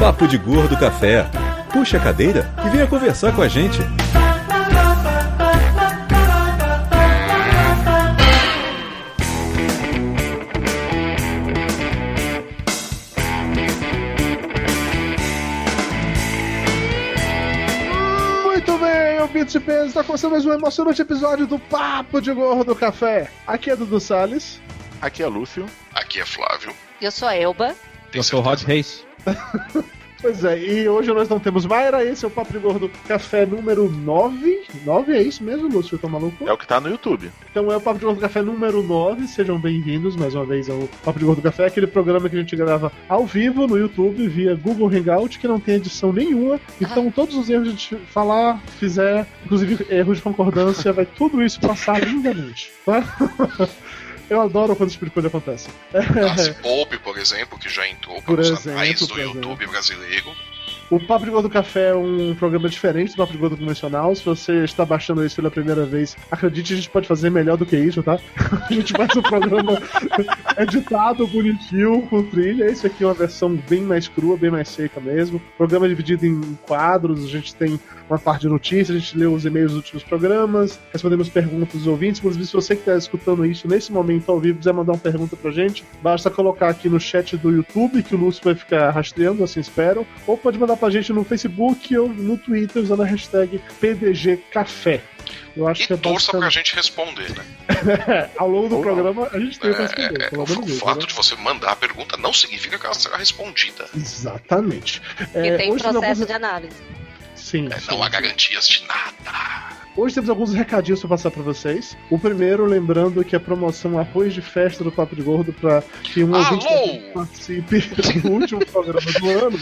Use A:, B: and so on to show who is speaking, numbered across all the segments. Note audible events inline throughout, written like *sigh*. A: Papo de Gordo Café. Puxa a cadeira e venha conversar com a gente.
B: Muito bem, ouvintes e pens, está começando mais um emocionante episódio do Papo de Gordo Café. Aqui é Dudu Salles.
C: Aqui é Lúcio. Aqui é Flávio.
D: Eu sou a Elba.
E: Eu sou o Rod Reis.
B: Pois é, e hoje nós não temos Mayra, esse é o Papo de Gordo Café número 9. 9 é isso mesmo, Lúcio? Tá maluco?
C: É o que tá no YouTube.
B: Então é o Papo de Gordo Café número 9, sejam bem-vindos mais uma vez ao Papo de Gordo Café, aquele programa que a gente grava ao vivo no YouTube via Google Hangout, que não tem edição nenhuma. Então todos os erros que a gente falar, fizer, inclusive erros de concordância, vai tudo isso passar lindamente, tá? *laughs* Eu adoro quando esse tipo de coisa acontece. *laughs*
F: Nasce Pope, por exemplo, que já entrou
B: Por
F: para os
B: exemplo,
F: canais do
B: por exemplo.
F: YouTube brasileiro.
B: O Papo de Gordo Café é um programa diferente do Papo de Gordo convencional. Se você está baixando isso pela primeira vez, acredite, a gente pode fazer melhor do que isso, tá? A gente faz um programa *laughs* editado, bonitinho, com trilha. Esse aqui é uma versão bem mais crua, bem mais seca mesmo. Programa é dividido em quadros, a gente tem uma parte de notícias, a gente lê os e-mails dos últimos programas, respondemos perguntas dos ouvintes. Inclusive, se você que está escutando isso nesse momento ao vivo quiser mandar uma pergunta pra gente, basta colocar aqui no chat do YouTube, que o Lúcio vai ficar rastreando, assim espero. Ou pode mandar pra gente no Facebook ou no Twitter usando a hashtag PDGCafé. Eu acho que é
F: E torça pra
B: bastante.
F: gente responder, né?
B: Ao longo do
C: Ou não.
B: programa, a gente tem que responder,
F: É,
B: pelo
F: o
B: menos isso.
F: fato
B: né?
F: de você mandar a pergunta não significa que ela será respondida.
B: Exatamente.
D: E
B: É,
D: tem
B: hoje nós
D: processo
B: vamos-
D: de análise.
B: Sim,
F: É,
B: sim,
F: não há
B: sim.
F: garantias de nada.
B: Hoje temos alguns recadinhos pra passar pra vocês. O primeiro, lembrando que a promoção Arroz de Festa do Papo de Gordo pra que um
F: Alô!
B: ouvinte da gente participe do *laughs* último programa do ano,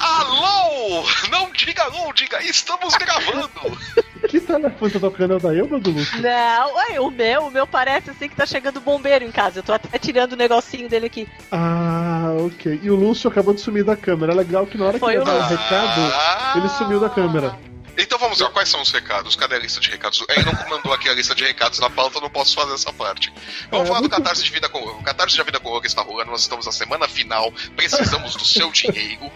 F: Alô! Não diga alô, diga estamos
B: *laughs*
F: gravando!
B: que telefone tá tocando é o da Elba do Lúcio?
D: Não, ué, o meu, o meu parece assim que tá chegando bombeiro em casa. Eu tô até tirando o negocinho dele aqui.
B: Ah, ok. E o Lúcio acabou de sumir da câmera. É legal que na hora que
D: Foi
B: ele
D: o
B: dá o
D: Lúcio.
B: recado,
F: Ah!
B: ele sumiu da câmera.
F: Então vamos lá, quais são os recados? Cadê a lista de recados? Ele não mandou aqui a lista de recados na pauta, eu não posso fazer essa parte. Vamos
B: É,
F: falar do
B: muito-
F: Catarse de Vida com O Catarse de Vida com Ouro está rolando, nós estamos na semana final, precisamos do seu dinheiro.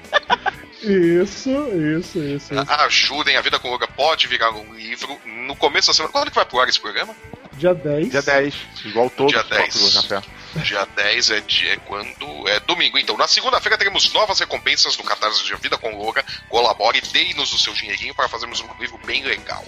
B: Isso, isso, isso. isso.
F: Ajudem, a Vida com Ouro pode virar um livro no começo da semana. Quando é que vai pro ar esse programa?
B: Dia 10.
C: Dia 10, igual todos
F: Dia
C: os papos
F: 10.
C: do café.
F: Dia 10 é, de, é quando? É domingo. Então, na segunda-feira teremos novas recompensas do Catarse de Vida com Ouro. Colabore, dê-nos o seu dinheirinho para fazermos um livro bem legal.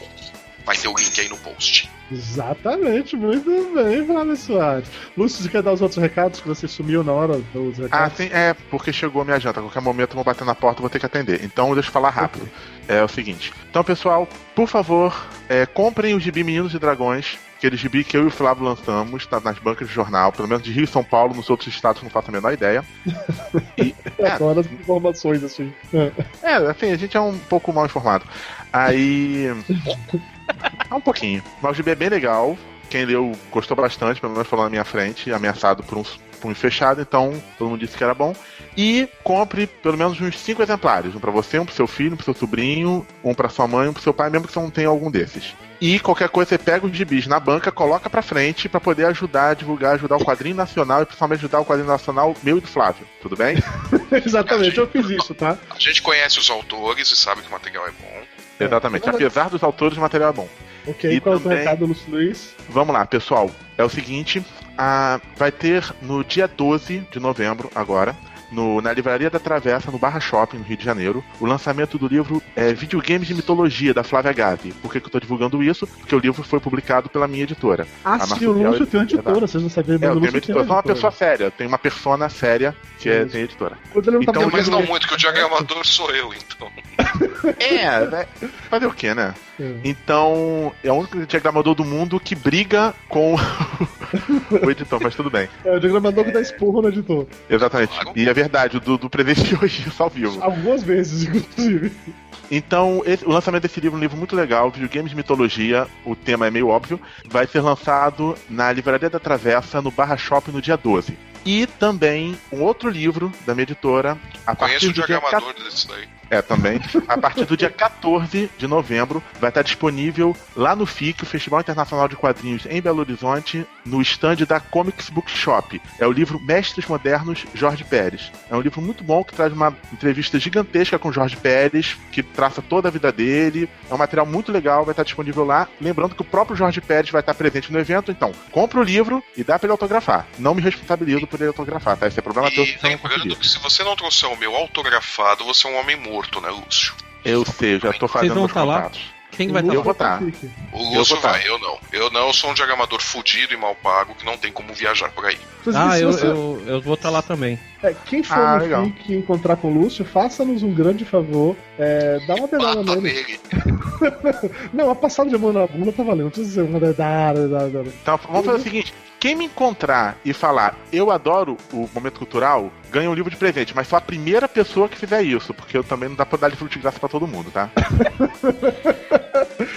F: Vai ter o link aí no post.
B: Exatamente, muito bem, Flávio Soares. Lúcio, você quer dar os outros recados que você sumiu na hora dos
C: Ah,
B: recados?
C: sim, é, porque chegou a minha janta. A qualquer momento eu vou bater na porta e vou ter que atender. Então deixa eu falar rápido. É o seguinte. Então, pessoal, por favor, é, comprem o gibi Meninos e Dragões. Aquele gibi que eu e o Flávio lançamos tá, nas bancas de jornal, pelo menos de Rio e São Paulo, nos outros estados não faço a menor ideia.
B: Até Agora as informações, assim. *laughs* É.
C: É, assim, a gente é um pouco mal informado. Aí. É um pouquinho. Mas o gibi é bem legal. Quem leu gostou bastante, pelo menos falou na minha frente, ameaçado por um, por um fechado, então todo mundo disse que era bom. E compre pelo menos uns cinco exemplares: um pra você, um pro seu filho, um pro seu sobrinho, um pra sua mãe, um pro seu pai, mesmo que você não tenha algum desses. E qualquer coisa, você pega os gibis na banca, coloca pra frente pra poder ajudar a divulgar, ajudar o quadrinho nacional e principalmente ajudar o quadrinho nacional meu e do Flávio, tudo bem?
B: Exatamente, eu fiz isso, tá?
F: A gente conhece os autores e sabe que o material é bom.
C: Exatamente. Apesar dos autores, o material é bom.
B: Ok,
C: E
B: qual é o teu
C: também-
B: recado, Lúcio Luiz?
C: Vamos lá, pessoal. É o seguinte, a- vai ter no dia 12 de novembro, agora, no- na Livraria da Travessa, no Barra Shopping, no Rio de Janeiro, o lançamento do livro é, Videogames de Mitologia, da Flávia Gavi. Por que, que eu tô divulgando isso? Porque o livro foi publicado pela minha editora.
B: Ah,
C: Marta
B: sim, o
C: Fiel
B: Lúcio tem uma
C: é
B: editora,
C: verdade.
B: vocês não sabiam,
C: É,
B: mas
C: eu
B: o
C: tenho uma
B: Lúcio tem um
C: editora, sou uma
B: editora.
C: pessoa séria, eu tenho uma persona séria que é,
B: Isso.
C: tem editora.
B: Quando ele não tá
C: Então,
B: falando
F: Mas não
B: de-
F: muito, que o diagramador sou eu, então.
C: É, né? fazer o quê, né? Então, é o único diagramador do mundo que briga com *laughs* o editor, mas tudo bem.
B: É, o diagramador que dá esporro no editor.
C: Exatamente.
F: Claro.
C: E é verdade, o do, do presenciou *laughs* isso ao vivo.
B: Algumas vezes, *laughs* inclusive.
C: Então, esse- o lançamento desse livro é um livro muito legal, Videogames de Mitologia, o tema é meio óbvio, vai ser lançado na Livraria da Travessa, no Barra Shopping, no dia 12. E também um outro livro da minha editora. A
F: Conheço o
C: do dia
F: diagramador desse daí.
C: É, também. A partir do dia 14 de novembro, vai estar disponível lá no FIC, o Festival Internacional de Quadrinhos em Belo Horizonte, no stand da Comics Bookshop. É o livro Mestres Modernos, Jorge Pérez. É um livro muito bom que traz uma entrevista gigantesca com Jorge Pérez, que traça toda a vida dele. É um material muito legal, vai estar disponível lá. Lembrando que o próprio Jorge Pérez vai estar presente no evento, então compra o livro e dá pra ele autografar. Não me responsabilizo por ele autografar, tá? Esse é problema teu se
F: E
C: você não
F: lembrando
C: conseguir.
F: que se você não trouxer o meu autografado, você é um homem morto, né, Lúcio?
C: Eu sei, eu já tô fazendo
E: vão
C: meus
E: tá lá?
C: contatos.
E: Quem vai estar
C: Eu
E: lá?
C: vou tá.
F: O
C: Eu
F: Lúcio
C: vou tá.
F: vai, eu não. Eu não, eu sou um diagramador fudido e mal pago que não tem como viajar por aí.
E: Ah, eu, eu, eu vou estar lá também.
B: É, quem for
C: Ah,
B: no
C: legal.
B: FIC encontrar com o Lúcio, faça-nos um grande favor. É, dá uma dedada
F: Mata
B: nele.
F: nele. *laughs*
B: Não, a passada de mão na bunda tá valendo. Não precisa ser uma dedada, dedada.
C: Então vamos
B: Uhum.
C: fazer o seguinte: quem me encontrar e falar eu adoro o momento cultural, ganha um livro de presente, mas só a primeira pessoa que fizer isso, porque eu também não dá pra dar livro de graça pra todo mundo, tá?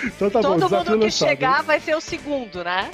B: Então tá bom,
D: Todo
B: desafio
D: mundo que
B: lançado. *laughs*
D: chegar vai ser o segundo, né?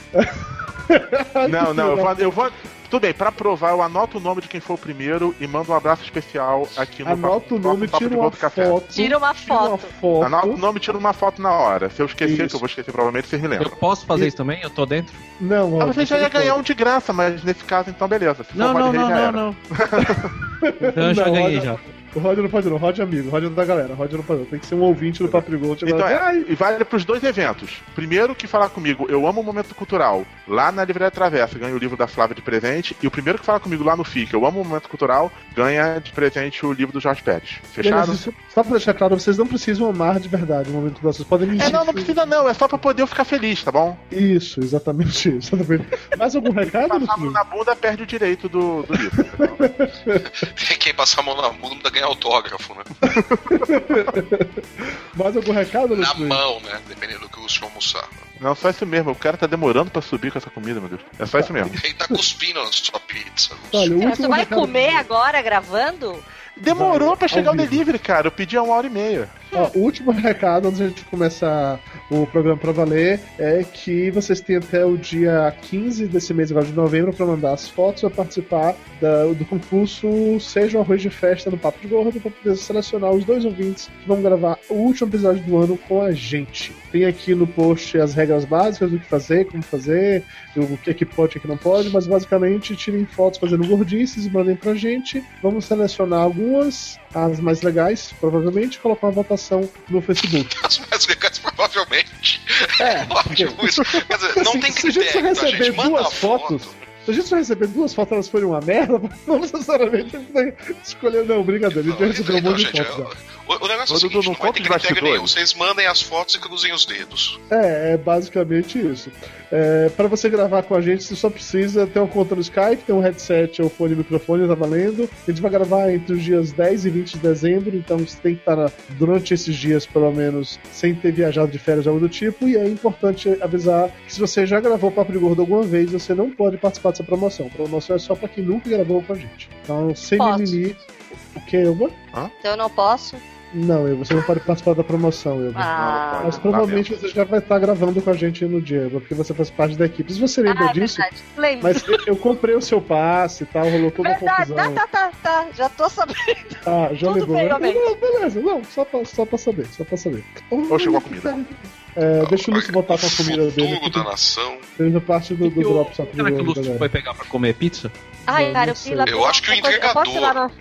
C: não, não, eu assim, vou, eu vou- Tudo bem, pra provar, eu anoto o nome de quem foi o primeiro e mando um abraço especial aqui no
B: Anota o
C: papo-
B: nome,
C: papo de
B: tira
C: Gordo
B: uma foto.
D: Tira uma
B: Tira uma
D: foto.
B: foto.
C: Anota o nome e tira uma foto na hora. Se eu esquecer,
B: Isso.
C: que eu vou esquecer provavelmente, vocês me
E: Eu
C: lembram.
E: posso fazer
B: E-
E: isso também? Eu tô dentro?
B: Não,
C: Ah,
B: ó,
C: você já ia
B: não
C: ganhar um de graça, mas nesse caso, então, beleza. Se for
E: Não,
C: vale
E: não,
C: rei,
E: não,
C: já
E: não,
C: era.
E: *laughs* não. Então eu já
B: Não,
E: ganhei
B: olha-
E: já.
B: O Rod não pode não, o Rod é amigo, o Rod é da galera, o Rod não pode não. Tem que ser um ouvinte do Papo de Gold.
C: Então
B: agora.
C: é, e vale pros dois eventos. Primeiro que falar comigo, eu amo o momento cultural, lá na Livraria Travessa, ganha o livro da Flávia de presente. E o primeiro que falar comigo lá no FIC, eu amo o momento cultural, ganha de presente o livro do Jorge Pérez. é, Fechado?
B: Beleza, só- Só pra deixar claro, vocês não precisam amar de verdade no momento da vocês podem mentir.
C: É, não, não precisa não, é só pra poder eu ficar feliz, tá bom?
B: Isso, exatamente isso. exatamente. Mais algum recado,
C: Passar a mão
B: Luquinho?
C: Tá na bunda perde o direito do, do livro.
B: *laughs*
F: Quem passar a mão na bunda ganha autógrafo, né?
B: Mais algum recado,
F: Na
B: Luquinho?
F: mão, né? Dependendo do que o Lúcio almoçar.
C: não, só isso mesmo, o cara tá demorando pra subir com essa comida, meu Deus. É só isso mesmo.
F: Ele tá cuspindo na sua pizza, Lúcio. *laughs*
B: Olha, o
D: Você
B: último
D: vai
B: recado-
D: comer agora gravando?
C: Demorou pra chegar o
B: ao vivo.
C: delivery, cara, eu pedi há uma hora e meia.
B: Ó, o último *laughs* recado antes da gente começar o programa pra valer é que vocês têm até o dia 15 desse mês agora de novembro pra mandar as fotos ou participar da- do concurso Seja um Arroz de Festa no Papo de Gordo pra poder selecionar os dois ouvintes que vão gravar o último episódio do ano com a gente. Tem aqui no post as regras básicas do que fazer, como fazer, o que é que pode e o que não pode, mas basicamente tirem fotos fazendo gordices e mandem pra gente. Vamos selecionar algumas, as mais legais, provavelmente, e colocar uma votação no Facebook.
F: As mais legais, provavelmente.
B: É, *laughs*
F: *laughs* Ótimo isso. Quer dizer, não
B: Se-
F: tem
B: se a gente
F: critério, tá,
B: receber
F: gente? Manda
B: duas
F: a foto.
B: fotos, se a gente só receber duas fotos, elas forem uma merda, *laughs* não necessariamente a gente vai escolher, não, brincadeira, a gente vai receber um
F: Então,
B: monte de
F: gente,
B: fotos. né?
F: eu- o, o negócio é
C: Ô,
F: o
C: Dudu,
F: seguinte, não
C: não
F: vai
C: conta
F: ter
C: os
F: critério
C: bastidores.
F: nenhum. Vocês mandem as fotos e cruzem os dedos.
B: É, é basicamente isso. É, para você gravar com a gente, você só precisa ter uma conta no Skype, ter um headset ou fone e microfone, tá valendo. A gente vai gravar entre os dias 10 e 20 de dezembro, então você tem que estar na- durante esses dias, pelo menos, sem ter viajado de férias ou algo do tipo. E é importante avisar que se você já gravou Papo de Gordo alguma vez, você não pode participar dessa promoção. A promoção é só para quem nunca gravou com a gente. Então, sem
D: Posso.
B: mimimi. O que, Elba?
D: Então eu não posso.
B: Não, Elba, você não pode participar da promoção, Elba.
D: Ah,
C: Tá
B: Mas provavelmente você já vai estar gravando com a gente no Diego, porque você faz parte da equipe. Se você lembra
D: ah, é
B: disso,
D: verdade. Lembro.
B: mas eu- eu comprei o seu passe e tal, rolou toda a
D: Verdade, tá,
B: confusão.
D: tá, tá, tá. Já tô sabendo.
B: Ah, já
D: Tudo
B: levou.
D: bem,
B: né?
D: homem.
B: Não, beleza, não, só pra, só pra saber, só pra saber.
C: Ou chegou a comida. tá
B: É, deixa o Lúcio voltar com a comida
F: futuro
B: dele.
F: da nação.
B: Fez a parte do, do
E: E o-
B: drop só pro
E: Será que o Lúcio
B: galera.
E: vai pegar pra comer pizza?
D: Ai,
B: Não,
D: cara,
B: não
D: eu
B: sei.
D: fui lá.
F: Eu
D: pegar
F: acho que o
D: uma coisa. Eu posso ir lá na-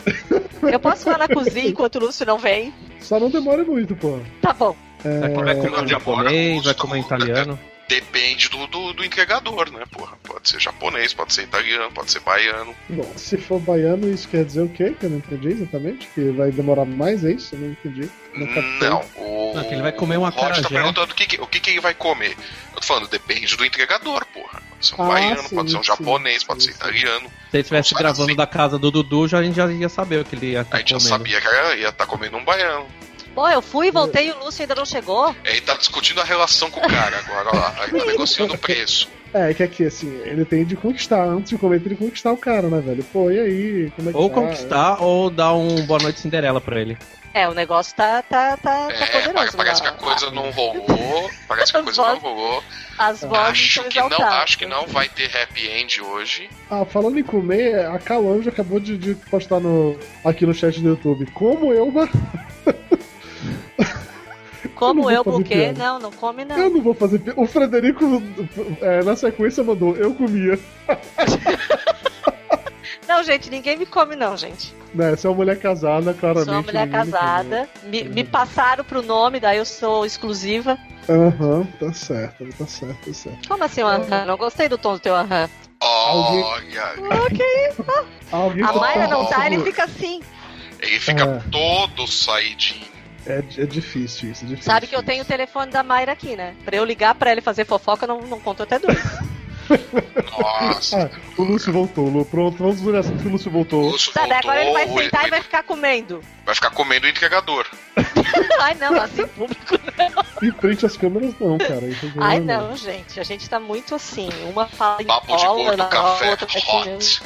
D: Eu
B: *laughs*
D: posso ir lá na cozinha enquanto o Lúcio não vem?
B: Só não demora muito, pô.
D: Tá bom.
E: Será que vai comer
F: Agora,
E: um japonês, vai
F: Lúcio,
E: comer um italiano?
F: Depende do, do, do entregador, né, porra? Pode ser japonês, pode ser italiano, pode ser baiano.
B: Bom, se for baiano, isso quer dizer o quê? Que eu não entendi exatamente. Que vai demorar mais, é isso? Eu não tá entendi. captei.
F: Não, o.
E: Não, que ele vai comer um
F: o Rod
E: acarajé.
F: tá perguntando o que, que- o que, que ele vai comer. Eu tô falando, depende do entregador, porra. Pode ser um
B: Ah,
F: baiano,
B: sim,
F: pode ser um
B: sim,
F: japonês,
B: sim,
F: pode ser
B: sim.
F: italiano.
E: Se ele estivesse
F: Nossa,
E: gravando
F: sim.
E: da casa do Dudu, já, a gente já ia saber o que ele ia
F: A
E: estar
F: gente já
E: Tá comendo.
F: sabia que era- ia estar comendo um baiano.
D: Pô, eu fui,
F: É,
D: voltei e o Lúcio ainda não chegou.
F: Ele tá discutindo a relação com o cara agora, ó lá. Ele tá negociando o preço.
B: É, que aqui, assim, ele tem de conquistar. Antes de comer, tem de conquistar o cara, né, velho? Pô, e aí? Como é que
E: Ou
B: tá?
E: conquistar, ou dar um boa noite Cinderela pra ele.
D: É, o negócio tá, tá, tá, tá
F: É,
D: poderoso.
F: pa- parece que
D: lá.
F: a coisa não rolou. Parece que a coisa não rolou.
D: As vozes
F: Acho
D: são
F: que não,
D: exaltadas.
F: acho que não vai ter happy end hoje.
B: Ah, falando em comer, a Calanjo acabou de, de postar no, aqui no chat do YouTube. Como eu. ba- Eu não
D: Como
B: vou
D: eu,
B: fazer
D: buquê?
B: piada.
D: Não, não come não.
B: Eu não vou fazer. pi- O Frederico, é, na sequência, mandou. Eu comia.
D: Não, gente, ninguém me come não, gente.
B: Né, você é uma mulher casada, claramente.
D: sou uma mulher
B: ninguém me
D: casada. Me, me passaram pro nome, daí eu sou exclusiva.
B: comeu. Aham, tá certo, tá certo, tá certo.
D: Como assim, um aham? Não gostei do tom do teu aham.
F: Olha,
B: Alguém
D: A
B: tá
D: Mayra não
B: falando-
D: tá, ele fica assim.
F: ele fica
B: É.
F: todo saidinho.
B: É, é difícil isso, é difícil.
D: Sabe que eu tenho o telefone da Mayra aqui, né? Pra eu ligar pra ela e fazer fofoca, eu não, não conto
F: *laughs*
D: até dois.
F: Nossa,
B: O Lúcio voltou, Lu. Pronto, vamos ver assim que o Lúcio
F: o
B: voltou.
F: Lúcio
D: Tá, daí agora ele vai
F: voltou,
D: sentar e
F: ele
D: vai ficar comendo.
F: vai ficar comendo o entregador.
D: Ai, não, assim, público.
B: Em frente às câmeras, não, cara. é entendeu?
D: Ai, não, gente. A gente tá muito assim. Uma fala em
F: Papo de
D: cola,
F: gordo
D: na
F: café
D: outra tá comendo.
F: hot.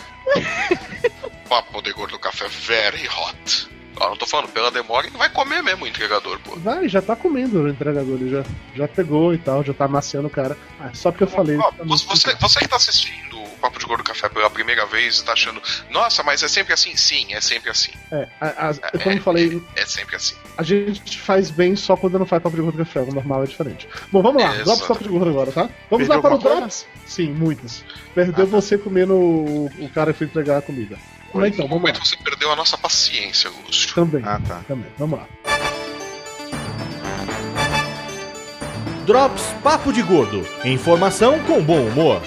F: Papo de gordo café very hot. Ó, não tô falando pela demora, ele vai comer mesmo o entregador, pô.
B: Vai, já tá comendo o entregador, ele já, já pegou e tal, já tá amaciando o cara. Ah, só porque eu falei.
F: Ó,
B: ele tá
F: você-
B: muito-
F: você, você que tá assistindo o Papo de Gordo Café pela primeira vez e tá achando, nossa, mas é sempre assim? Sim, é sempre assim.
B: É, a- a- como eu falei,
F: É sempre assim.
B: a gente faz bem só quando não faz papo de gordo café, o normal é diferente. Bom, vamos lá,
F: Isso.
B: drops papo de gordo agora, tá? Vamos
C: Perdeu
B: lá para o
C: alguma coisa?
B: Drops? Sim, muitas.
F: Ah,
B: Perdeu
F: tá.
B: você comendo o, o cara que foi entregar a comida. Mas então,
F: No
B: vamos lá.
F: momento você perdeu a nossa paciência, Lúcio.
B: Também,
C: Ah, tá.
B: também, vamos lá.
A: Drops Papo de Gordo. Informação com bom humor.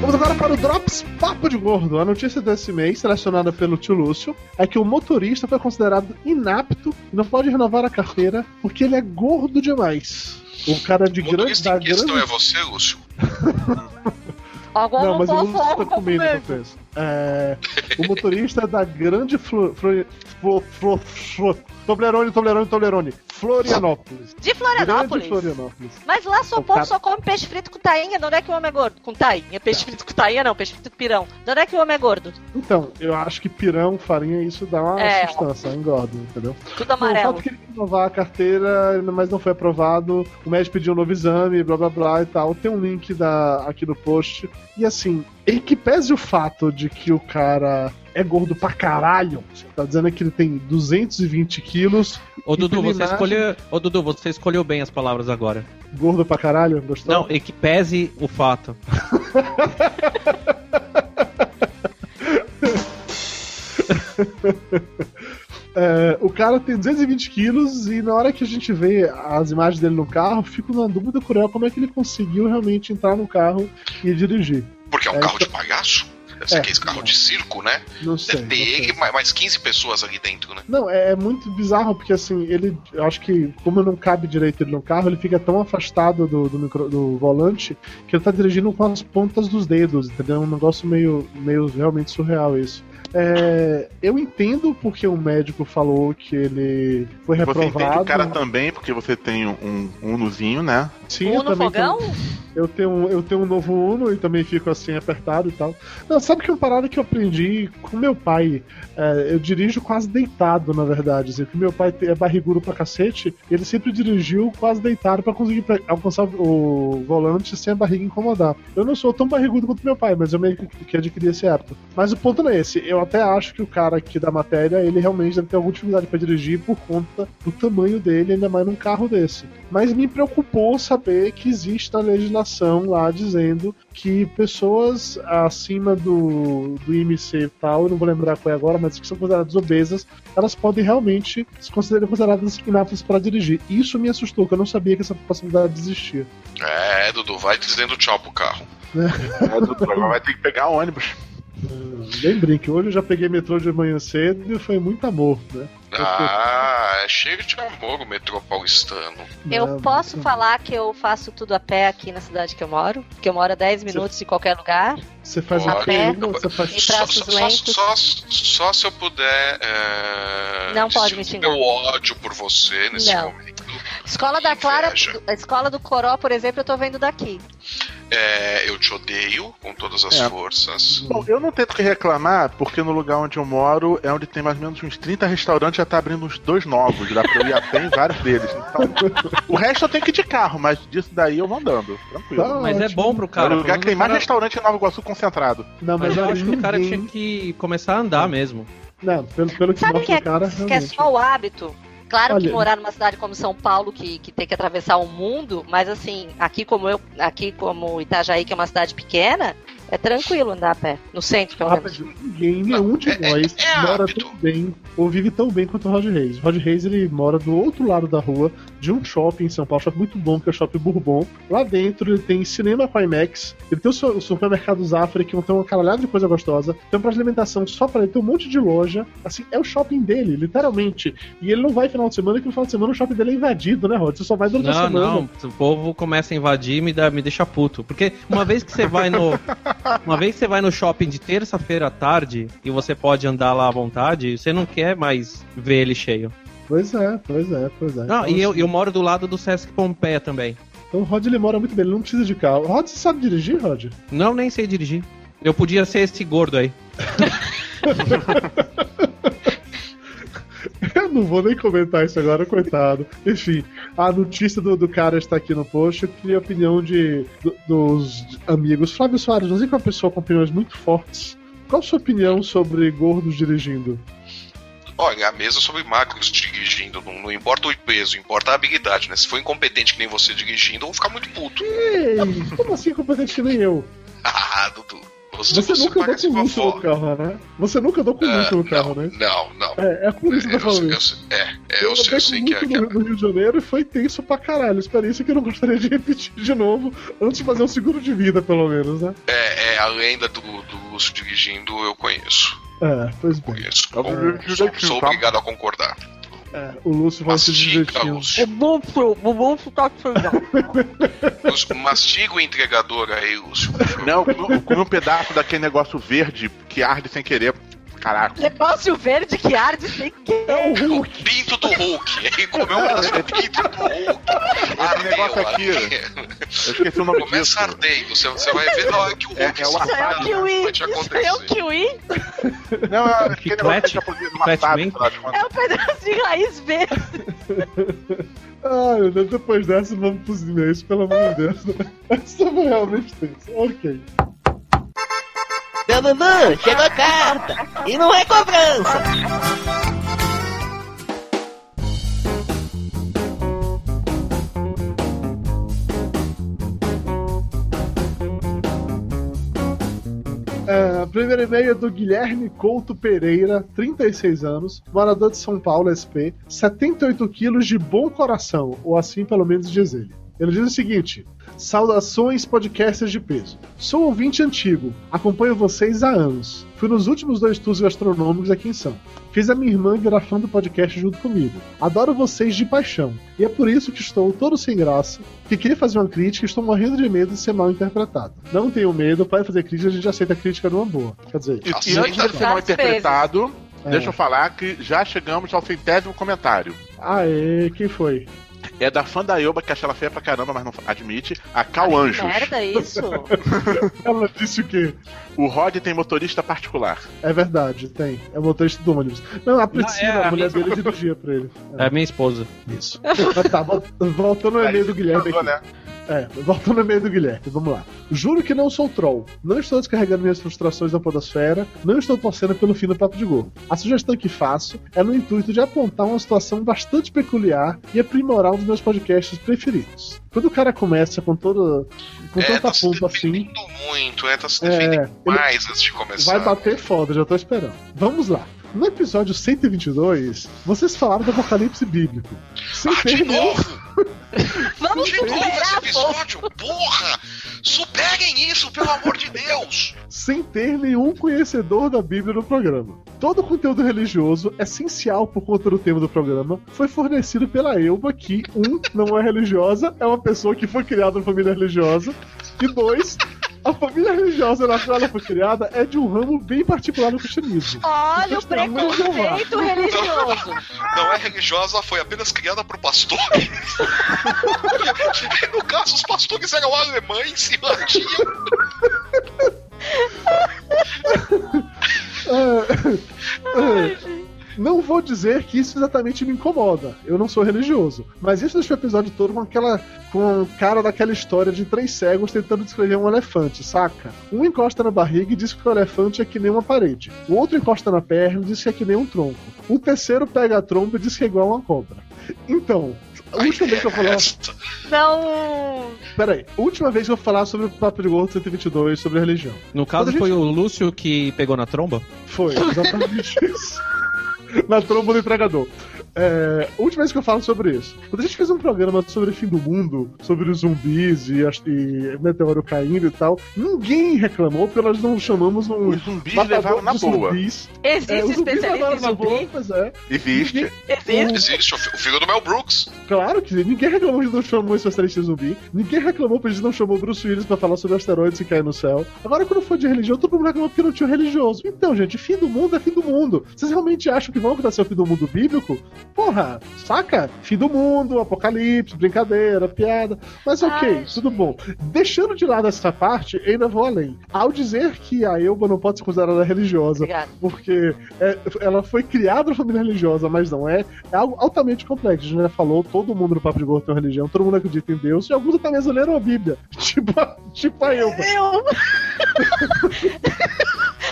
B: Vamos agora para o Drops Papo de Gordo. A notícia desse mês, selecionada pelo tio Lúcio, é que o motorista foi considerado inapto e não pode renovar a carteira porque ele é gordo demais. O cara de
F: O
B: grande,
F: motorista
B: da
F: em questão
B: grande.
F: é você, Lúcio.
D: Alguma
B: Não, mas o
D: fofoca
B: Lúcio tá comendo,
D: comendo.
B: confesso. É, o motorista da grande Flo... Flo... Flo... Flo... Flo... Toblerone, Toblerone, Toblerone. Florianópolis.
D: De
B: Grande
D: Florianópolis.
B: Florianópolis.
D: Mas lá só
B: O
D: o povo
B: cara-
D: só come peixe frito com tainha. De onde é que o homem é gordo? Com tainha. Peixe frito com tainha não, peixe frito com pirão. De onde é que o homem é gordo?
B: Então, eu acho que pirão, farinha, isso dá uma
D: É.
B: substância, engorda, entendeu?
D: Tudo
B: Bom, O
D: amarelo.
B: fato que ele queria renovar a carteira, mas não foi aprovado. O médico pediu um novo exame, blá blá blá e tal. Tem um link da, aqui no post. E assim, em que pese o fato de que o cara é gordo pra caralho, tá dizendo que ele tem 220 quilos,
E: Ô Dudu, você
B: Inclinagem.
E: escolheu. Ô Dudu, você escolheu bem as palavras agora.
B: gordo pra caralho, gostou?
E: Não, e que pese o fato.
B: É, o cara tem 220 quilos e na hora que a gente vê as imagens dele no carro, eu fico na dúvida cruel como é que ele conseguiu realmente entrar no carro e dirigir.
F: Porque é um
B: É,
F: carro de palhaço. Deve ser
B: É,
F: aquele carro
B: não.
F: de circo, né?
B: Não sei.
F: Deve ter
B: não sei.
F: ele e ma- mais 15 pessoas ali dentro, né?
B: Não, é, é muito bizarro, porque assim, ele. Eu acho que, como não cabe direito ele no carro, ele fica tão afastado do, do, micro- do volante que ele tá dirigindo com as pontas dos dedos, entendeu? É um negócio meio, meio realmente surreal isso. É, eu entendo porque o médico falou que ele foi
C: E Você
B: reprovado.
C: entende o cara também, porque você tem um um unozinho, né?
B: Sim, eu
D: Um no
B: também tenho-
D: fogão?
B: Eu tenho, um- eu tenho um novo Uno e também fico assim apertado e tal. Não, sabe que uma parada que eu aprendi com meu pai? É, eu dirijo quase deitado, na verdade. Assim, porque meu pai é barrigudo pra cacete e ele sempre dirigiu quase deitado pra conseguir pe- alcançar o volante sem a barriga incomodar. Eu não sou tão barrigudo quanto meu pai, mas eu meio que, que adquiri esse hábito. Mas o ponto não é esse. Eu até acho que o cara aqui da matéria, ele realmente deve ter alguma dificuldade pra dirigir por conta do tamanho dele, ainda mais num carro desse. Mas me preocupou saber que existe a legislação lá dizendo que pessoas acima do, do IMC e tal, eu não vou lembrar qual é agora, mas que são consideradas obesas, elas podem realmente se considerar consideradas inaptas para dirigir. Isso me assustou, que eu não sabia que essa possibilidade existia.
F: É, Dudu, vai dizendo tchau pro carro.
C: É, doutor, agora vai ter que pegar ônibus.
B: Lembrei que hoje eu já peguei metrô de manhã cedo e foi muito amor, né?
F: Ah, cheio de amor o metrô paulistano.
D: Eu
B: Não,
D: posso
B: não.
D: falar que eu faço tudo a pé aqui na cidade que eu moro, que eu moro a 10 minutos de qualquer lugar.
B: Você faz
D: A
B: a
D: pé.
B: coluna, você faz.
D: E traços
F: só,
D: lentos.
F: só- só se eu puder. é,
D: Não pode me
F: sentir
D: xingar.
F: Meu ódio por você nesse
D: Não.
F: momento.
D: Escola da Clara,
F: Inveja.
D: a escola do Coró, por exemplo, eu tô vendo daqui.
F: É, eu te odeio com todas as
C: É.
F: forças.
C: *laughs* Bom, eu não tento que reclamar, porque no lugar onde eu moro é onde tem mais ou menos uns 30 restaurantes, já tá abrindo uns dois novos, dá pra eu ir a pé em vários deles. Então, o resto eu tenho que ir de carro, mas disso daí eu vou andando, tranquilo.
B: Tá
E: Mas é
B: ótimo.
E: bom pro
C: é
E: cara.
C: o lugar que tem mais
E: pelo menos o cara-
C: restaurante em Nova Iguaçu concentrado.
B: Não, mas
E: Mas eu
B: olha,
E: acho que o cara
B: ninguém-
E: tinha que começar a andar mesmo.
B: Não, pelo, pelo que
D: Sabe
B: mostra
D: que é,
B: o cara,
D: que é
B: realmente.
D: só o hábito? Claro que
B: Olha.
D: morar numa cidade como São Paulo, que, que tem que atravessar o mundo, mas assim, aqui como eu, aqui como Itajaí, que é uma cidade pequena, é tranquilo andar a pé. No centro, pelo menos.
B: Rapaz, ninguém, nenhum de nós
F: é- é
B: mora
F: hábito.
B: tão bem ou vive tão bem quanto o Rod Reis. O Rod Reis ele mora do outro lado da rua, de um shopping em São Paulo, shopping muito bom, que é o Shopping Bourbon. Lá dentro ele tem cinema com IMAX, ele tem o su- o supermercado Zafra, que tem uma caralhada de coisa gostosa, tem um prato de alimentação só pra ele, tem um monte de loja. Assim, é o shopping dele, literalmente. E ele não vai final de semana, que no final de semana o shopping dele é invadido, né, Rod? Você só vai durante a
E: Não,
B: semana.
E: não, o povo começa a invadir e me, dá, me deixa puto. Porque uma vez que você
B: *laughs*
E: vai no. uma vez que você vai no shopping de terça-feira à tarde e você pode andar lá à vontade, você não quer mais ver ele cheio.
B: Pois é, pois é, pois é.
E: Não,
B: Então,
E: e eu,
B: assim,
E: eu moro do lado do Sesc Pompeia também.
B: Então o Rod ele mora muito bem, ele não precisa de carro. Rod, você sabe dirigir, Rod?
E: Não, nem sei dirigir. Eu podia ser esse gordo aí.
B: Eu não vou nem comentar isso agora, coitado. Enfim, a notícia do, do cara está aqui no post. Eu queria a opinião de, do- dos amigos. Flávio Soares, você que é uma pessoa com opiniões muito fortes. Qual a sua opinião sobre gordos dirigindo?
F: Olha, a mesa sobre macros dirigindo. Não, não importa o peso, importa a habilidade, né? Se for incompetente que nem você dirigindo, eu vou ficar muito puto. *laughs*
B: Ei, como assim competente que nem eu?
F: Ah, Dudu.
B: Você, nunca andou
F: parece
B: com lixo
F: vovó.
B: no carro, né? Você nunca andou com
F: Ah,
B: lixo no carro,
F: não,
B: né?
F: Não, não.
B: É, é por isso que eu
F: Eu
B: tô falando
F: sei, eu
B: isso.
F: sei, é, é, eu sei, eu
B: andei
F: sei
B: com
F: que é
B: lixo
F: aquela.
B: no, no Rio de Janeiro e foi tenso pra caralho. Experiência que eu não gostaria de *laughs* repetir de novo antes de fazer um seguro de vida, pelo menos, né?
F: É, é, a lenda do, do Lúcio dirigindo eu conheço.
B: É, pois bem.
F: Conheço.
C: Eu
F: Sou-
C: dirigindo
F: sou,
C: aqui,
F: sou
C: tá?
F: obrigado a concordar.
B: É, o Lúcio vai se
F: Mastiga,
B: divertindo.
F: Lúcio.
D: bom, o bom ficar com *laughs*
F: Lúcio, Mastiga o entregador aí, Lúcio.
C: Não, eu comi- eu comi um pedaço daquele negócio verde que arde sem querer. Caraca.
D: Negócio verde que arde sem que.
B: É o
F: O
B: Hulk.
F: pinto do Hulk. Ele comeu um pedaço do pinto do Hulk.
C: Esse Ah, negócio aqui, né?
F: aqui.
C: eu esqueci o nome disso.
F: É, Começa a arder. Você, você vai ver na hora que o Hulk
C: É, é
F: sai,
C: o
D: Isso é o
C: assado.
D: kiwi,
F: vai te
D: isso é o
F: acontecer.
D: kiwi,
C: Não, é aquele negócio
E: Chiclete?
C: que japonês
E: Chiclete
C: amassado,
E: man?
C: sei lá, chamado-
D: é o pedaço de raiz verde.
F: *laughs*
B: Ai, meu Deus, Ah, né, depois dessa vamos pros e-mails, pelo amor de Deus. né? Essa foi realmente tensa. Ok.
G: Seu Dudu, chegou a carta. E não é cobrança.
B: É, primeiro e-mail é do Guilherme Couto Pereira, 36 anos, morador de São Paulo, SP, 78 quilos de bom coração, ou assim pelo menos diz ele. Ele diz o seguinte: Saudações, podcasters de peso. Sou ouvinte antigo, acompanho vocês há anos. Fui nos últimos dois tours gastronômicos aqui em São. Fiz a minha irmã virar fã do podcast junto comigo. Adoro vocês de paixão. E é por isso que estou todo sem graça, que queria fazer uma crítica e estou morrendo de medo de ser mal interpretado. Não tenho medo, pode fazer crítica, a gente aceita a crítica numa boa. Quer dizer,
C: E, e
F: Aceita.
C: antes de ser mal interpretado,
B: é.
C: deixa eu falar que já chegamos ao centésimo comentário.
B: Aê, quem foi?
C: É da fã da Yoba, que acha ela feia pra caramba, mas não admite. A Cal Anjos.
D: Merda, isso.
B: Ela disse o quê?
C: O Rod tem motorista particular.
B: É verdade, tem. É o motorista do ônibus. Não, a Priscila,
E: é,
B: a
E: a
B: mulher dele dirigia pra ele.
E: É minha esposa.
B: Isso. *laughs* Mas tá, vol- voltando ao e-mail do Guilherme
F: né?
B: aqui. É, voltando ao e-mail do Guilherme, vamos lá. Juro que não sou troll. Não estou descarregando minhas frustrações da podosfera, não estou torcendo pelo fim do Papo de Gordo. A sugestão que faço é no intuito de apontar uma situação bastante peculiar e aprimorar um dos meus podcasts preferidos. Quando o cara começa com toda com
F: É,
B: tanta
F: tá se
B: pompa assim,
F: defendendo muito, é, tá se defendendo
B: é, ele
F: mais antes de começar.
B: Vai bater foda, já tô esperando. Vamos lá. No episódio 122, vocês falaram do apocalipse bíblico. Sem
F: Ah, de
B: ter nenhum-
F: novo?
D: Vamos
F: De novo esse
D: superar, pô.
F: episódio? Porra! Superem isso, pelo amor de Deus!
B: sem ter nenhum conhecedor da Bíblia no programa. Todo o conteúdo religioso, é essencial por conta do tema do programa, foi fornecido pela Elba, que, um, não é religiosa, é uma pessoa que foi criada numa família religiosa, e dois, a família religiosa na qual ela foi criada é de um ramo bem particular do cristianismo.
D: Olha o
B: Testemunho de um Jeová.
D: preconceito religioso.
F: Não é religiosa, foi apenas criada por pastor. *laughs* no caso, os pastores eram alemães e latiam.
B: *coughs* É, é. Não vou dizer que isso exatamente me incomoda. Eu não sou religioso. Mas isso deixa o episódio todo com aquela. com o cara daquela história de três cegos tentando descrever um elefante, saca? Um encosta na barriga e diz que o elefante é que nem uma parede. O outro encosta na perna e diz que é que nem um tronco. O terceiro pega a tromba e diz que é igual a uma cobra. Então, a última vez que eu falar.
F: Esta.
D: Não.
B: Peraí, a última vez que eu falar sobre o Papo de Gordo 122 sobre a religião.
E: No caso,
B: Quando a
E: foi o Lúcio que pegou na tromba?
B: Foi,
C: *laughs*
B: exatamente isso. Na tromba do empregador. É, última vez que eu falo sobre isso. Quando a gente fez um programa sobre o fim do mundo, sobre os zumbis e, as- e meteoro caindo e tal, ninguém reclamou porque nós não chamamos um.
C: Os zumbis levaram na
B: dos
C: boa.
B: Zumbis.
D: Existe
B: É, os zumbis
D: especialista em
B: levaram na boa,
D: zumbi?
B: pois é.
C: Existe.
D: Existe.
F: Existe o fi- o filho do Mel Brooks.
B: Claro que ninguém reclamou que a gente não chamou esse asteroide zumbi. Ninguém reclamou porque a gente não chamou Bruce Willis pra falar sobre asteroides que caem no céu. Agora, quando for de religião, todo mundo reclamou porque não tinha religioso. Então, gente, fim do mundo é fim do mundo. Vocês realmente acham que vão acontecer o fim do mundo bíblico? Porra, saca? Fim do mundo, apocalipse, brincadeira, piada. Mas ok,
D: Ai,
B: tudo bom. Deixando de lado essa parte, ainda vou além. Ao dizer que a Elba não pode ser considerada religiosa
D: Obrigado.
B: porque é, ela foi criada na família religiosa, mas não é. É algo altamente complexo. A gente já falou, todo mundo no Papo de Gordo tem uma religião, todo mundo acredita em Deus, e alguns até mesmo leram a Bíblia. *laughs* Tipo, a- tipo a Elba. *laughs*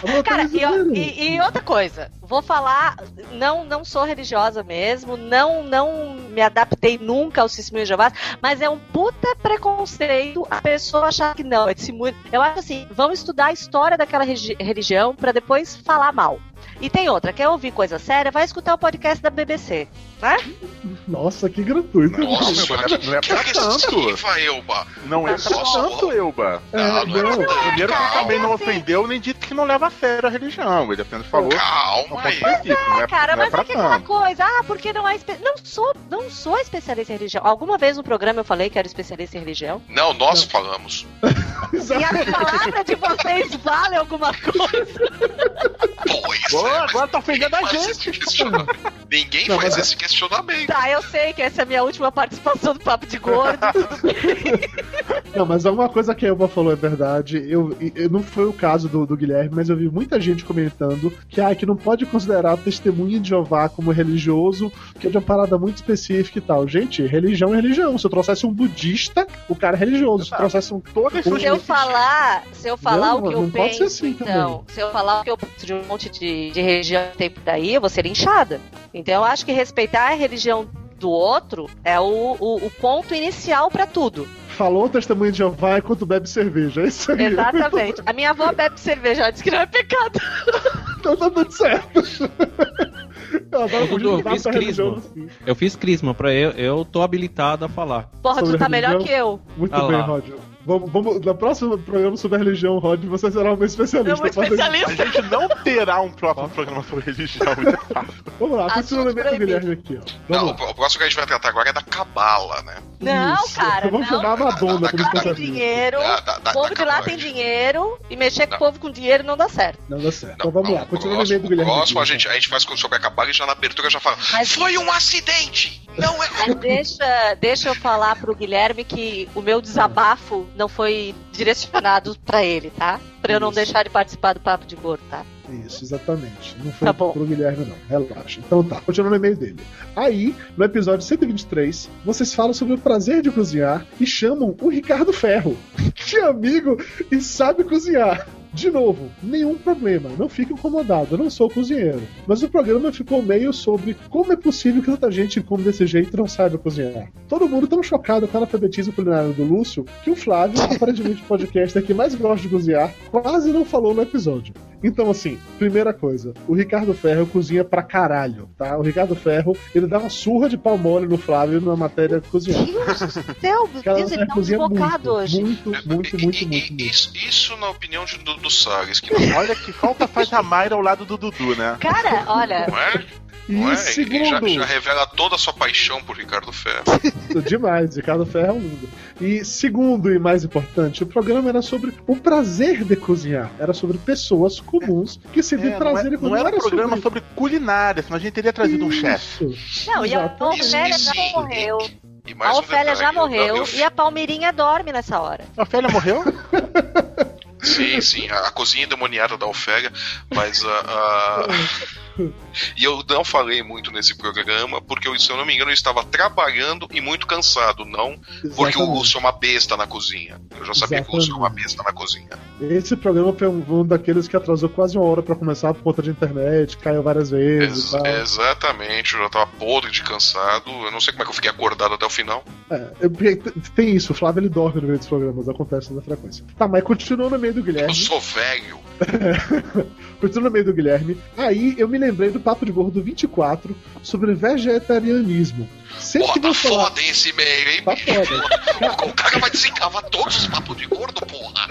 B: Alguns até
D: Cara,
B: mesmo
D: e, ó,
B: leram.
D: e- e outra coisa, vou falar, não não sou religiosa mesmo, não não me adaptei nunca ao testemunho de Jeová, mas é um puta preconceito a pessoa achar que não, é testemunho. Eu acho assim, vamos estudar a história daquela regi- religião pra depois falar mal. E tem outra, quer ouvir coisa séria, vai escutar o podcast da BBC.
B: Nossa, que gratuito.
F: Nossa,
C: Nossa, cara, não é pra tanto.
F: agressiva, Elba.
C: Não é
B: Nossa,
C: pra
F: nossa.
C: tanto, Elba.
B: É,
F: Ah, não é
B: não.
C: Primeiro que ele
F: Calma,
C: também não
D: assim.
C: ofendeu nem dito que não leva a sério a religião. Ele apenas falou.
F: Calma aí.
C: Não é,
D: Cara,
C: não é
D: mas
C: pra
D: é que aquela
C: tanto.
D: coisa, ah, porque não é espe- não sou, não sou especialista em religião. Alguma vez no programa eu falei que era especialista em religião?
F: Não, nós falamos.
D: E a palavra de vocês vale
C: *laughs*
D: alguma coisa?
F: Pois
C: Pô,
F: é, mas
C: agora tá ofendendo a
F: ninguém faz
C: gente.
F: esse questionamento. Ninguém
B: Não,
F: faz
B: mas- é-
F: esse questionamento.
D: Tá, eu sei que essa é a minha última participação do Papo de
B: *laughs*
D: Gordo.
B: Não, mas alguma coisa que a Elba falou é verdade. Eu, eu- não foi o caso do, do Guilherme, mas eu vi muita gente comentando que, ah, que não pode considerar testemunho de Jeová como religioso, que é de uma parada muito específica e tal. Gente, religião é religião. Se eu trouxesse um budista, o cara é religioso. Se eu trouxesse um todo
D: Se eu falar, se eu falar
B: Não,
D: o que
B: não
D: eu
B: pode
D: penso,
B: ser assim também.
D: então, se eu falar o que eu penso de um monte de, de religião que tem por aí, eu vou ser inchada. Então eu acho que respeitar a religião do outro é o, o, o ponto inicial
B: *laughs*
D: pra tudo.
B: falou testemunho de Jeová enquanto bebe cerveja. É isso aí.
D: Exatamente. A minha avó bebe cerveja, ela disse que não é pecado.
B: Então tá tudo certo. Eu adoro
E: Dudu, eu
B: mudar
E: fiz
B: pra religião
E: crisma.
B: assim.
E: Eu fiz crisma pra eu, eu tô habilitado a falar.
D: Porra, tu
B: Sobre
D: tá melhor
B: religião?
D: que eu.
B: Muito
E: Ah lá.
B: bem, Rod. Vamos, vamos, no próximo programa sobre a religião, Rod, você será uma especialista.
D: Eu sou
B: Faz-
C: A
D: especialista.
C: gente não terá um próximo programa sobre religião. isso é fato.
B: Vamos lá,
D: Assunto
B: continua o elemento do
D: proibido.
B: Guilherme aqui, ó.
F: Não,
B: Vamos lá.
F: o o próximo que a gente vai tratar agora é da cabala, né?
D: Não,
B: Isso.
D: cara,
B: Vamos
D: não.
B: chamar *laughs* a tá Madonna como assim.
D: Lá tem
B: especialista.
D: dinheiro.
F: Da- da- da-
D: O povo
F: da
D: de lá
F: cabala,
D: tem
F: gente.
D: dinheiro e mexer com
F: Não.
D: o povo com dinheiro não dá certo.
B: Não dá certo. Então
F: Não,
B: vamos
F: não,
B: lá,
F: o
B: continua o
F: próximo-
B: elemento do Guilherme.
F: O próximo a
B: aqui, né?
F: gente, a gente faz com- sobre a cabala e já na abertura já fala.
D: Mas-
F: Foi um acidente! Não é.
D: Mas deixa, deixa eu falar pro Guilherme que o meu desabafo não foi direcionado pra ele, tá? Pra eu não
B: Isso.
D: deixar de participar do Papo de Gordo, tá?
B: Isso, exatamente. Não foi
D: Tá bom.
B: pro Guilherme, não. Relaxa. Então tá, continuando o e-mail dele. Aí, no episódio 123, vocês falam sobre o prazer de cozinhar e chamam o Ricardo Ferro, *laughs* que é amigo e sabe cozinhar. De novo, nenhum problema, não fique incomodado, eu não sou cozinheiro. Mas o programa ficou meio sobre como é possível que tanta gente como desse jeito não saiba cozinhar. Todo mundo tão chocado com o alfabetismo culinário do Lúcio que o Flávio, aparentemente o podcaster que mais gosta de cozinhar, quase não falou no episódio. Então, assim, primeira coisa, o Ricardo Ferro cozinha pra caralho, tá? O Ricardo Ferro, ele dá uma surra de pau mole no Flávio na matéria de cozinhar.
D: Deus do céu, meu
B: O cara
D: Deus, ele tá um
B: cozinha
D: desbocado
B: muito,
D: hoje.
B: Muito, muito,
F: E-
B: muito,
F: e-
B: muito,
F: e- *laughs*
B: muito.
F: Isso, isso na opinião de- do, do Salles, que não
C: Olha que falta faz a Mayra ao lado do Dudu, né?
D: Cara, olha,
B: *laughs*
F: é.
B: E
F: Não é? E já,
B: segundo,
F: já revela toda a sua paixão por Ricardo Ferro.
B: *laughs* demais, Ricardo Ferro é um lindo. E segundo e mais importante, o programa era sobre o prazer de cozinhar. Era sobre pessoas comuns que se
C: É,
B: dê
C: não, é-
B: prazer em
C: não
B: cozinhar.
C: era um programa sobre culinária, senão a gente teria trazido um chefe.
B: Isso.
D: não, e a
B: Exato.
D: Ofélia
F: Isso,
D: já
F: sim.
D: morreu.
F: E mais
D: A
F: um
D: Ofélia
F: detalhe,
D: já
F: eu-
D: morreu
F: eu-
D: e a Palmeirinha dorme nessa hora.
C: A Ofélia morreu?
F: Sim, sim, a, a cozinha endemoniada da Ofélia, mas a.
B: *laughs*
F: a- E eu não falei muito nesse programa, porque eu, se eu não me engano, eu estava trabalhando e muito cansado, não porque o
B: Exatamente.
F: Lúcio é uma besta na cozinha. Eu já sabia que o Lúcio era uma besta na cozinha.
B: Esse programa foi um, um daqueles que atrasou quase uma hora pra começar por conta de internet, caiu várias vezes. tá?
F: Ex-
B: e tal.
F: exatamente, eu já estava podre de cansado, eu não sei como é que eu fiquei acordado até o final.
B: É, eu- porque t- tem isso, o Flávio ele dorme no meio dos programas, acontece na frequência. Tá, mas continuou no meio do
F: Eu
C: É.
B: Guilherme.
F: *laughs* sou velho.
B: Continuou no meio do Guilherme. Aí eu me lembrei do Papo de Gordo 24 sobre vegetarianismo. Sempre que
F: Porra, tá
B: vão falar.
F: foda esse e-mail, hein?
B: Tá foda.
F: O cara vai desencavar todos os papos de gordo, porra.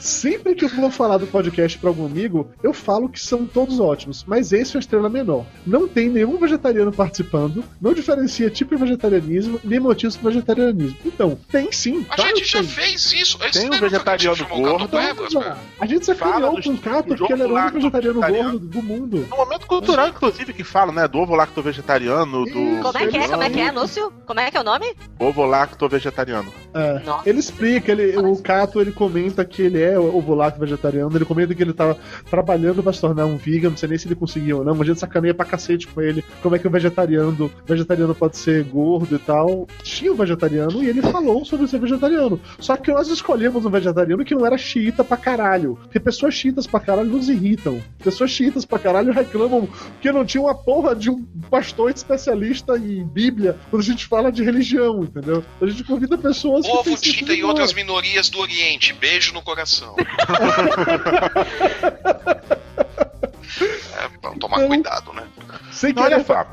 B: Sempre que eu vou falar do podcast pra algum amigo, eu falo que são todos ótimos, mas esse é uma estrela menor. Não tem nenhum vegetariano participando, não diferencia tipo de vegetarianismo, nem motivos pro vegetarianismo. Então, tem sim.
F: A
B: claro
F: gente
B: que
F: já
B: tem.
F: fez é, isso. Esse
C: Tem
F: lembra que a
C: um
F: gente
C: vegetariano
F: chamou o Cato
C: gordo.
B: Então,
F: Debas,
B: já.
F: velho?
B: a gente sacaneou
C: Fala
B: com o
C: do-
B: Cato
C: do
B: porque ele era o único
C: jogo
B: vegetariano
C: lacto-vegetariano.
B: gordo do mundo.
C: No momento cultural, inclusive, que fala, né? Do ovo lacto vegetariano, do.
D: Como é que é? Como é que é, Lúcio? Como é que é o nome?
C: Ovo lacto vegetariano.
B: É.
D: Nossa.
B: Ele explica, ele, o Cato ele comenta que ele é ovulato vegetariano, ele comenta que ele tá trabalhando pra se tornar um vegan, não sei nem se ele conseguiu ou não, mas a gente sacaneia pra cacete com ele, como é que o vegetariano, vegetariano pode ser gordo e tal. Tinha um vegetariano e ele falou sobre ser vegetariano. Só que nós escolhemos um vegetariano que não era xiita pra caralho. Porque pessoas xiitas pra caralho nos irritam. Pessoas xiitas pra caralho reclamam porque não tinha uma porra de um pastor especialista em Bíblia quando a gente fala de religião, entendeu? A gente convida pessoas que têm
F: Ovo,
B: sentido
F: tinta e
B: de
F: outras
B: humor.
F: minorias do Oriente. Beijo no
C: *laughs*
F: coração. é, pra tomar cuidado, né?
B: Sem
C: Não, olha
B: querer-
C: só.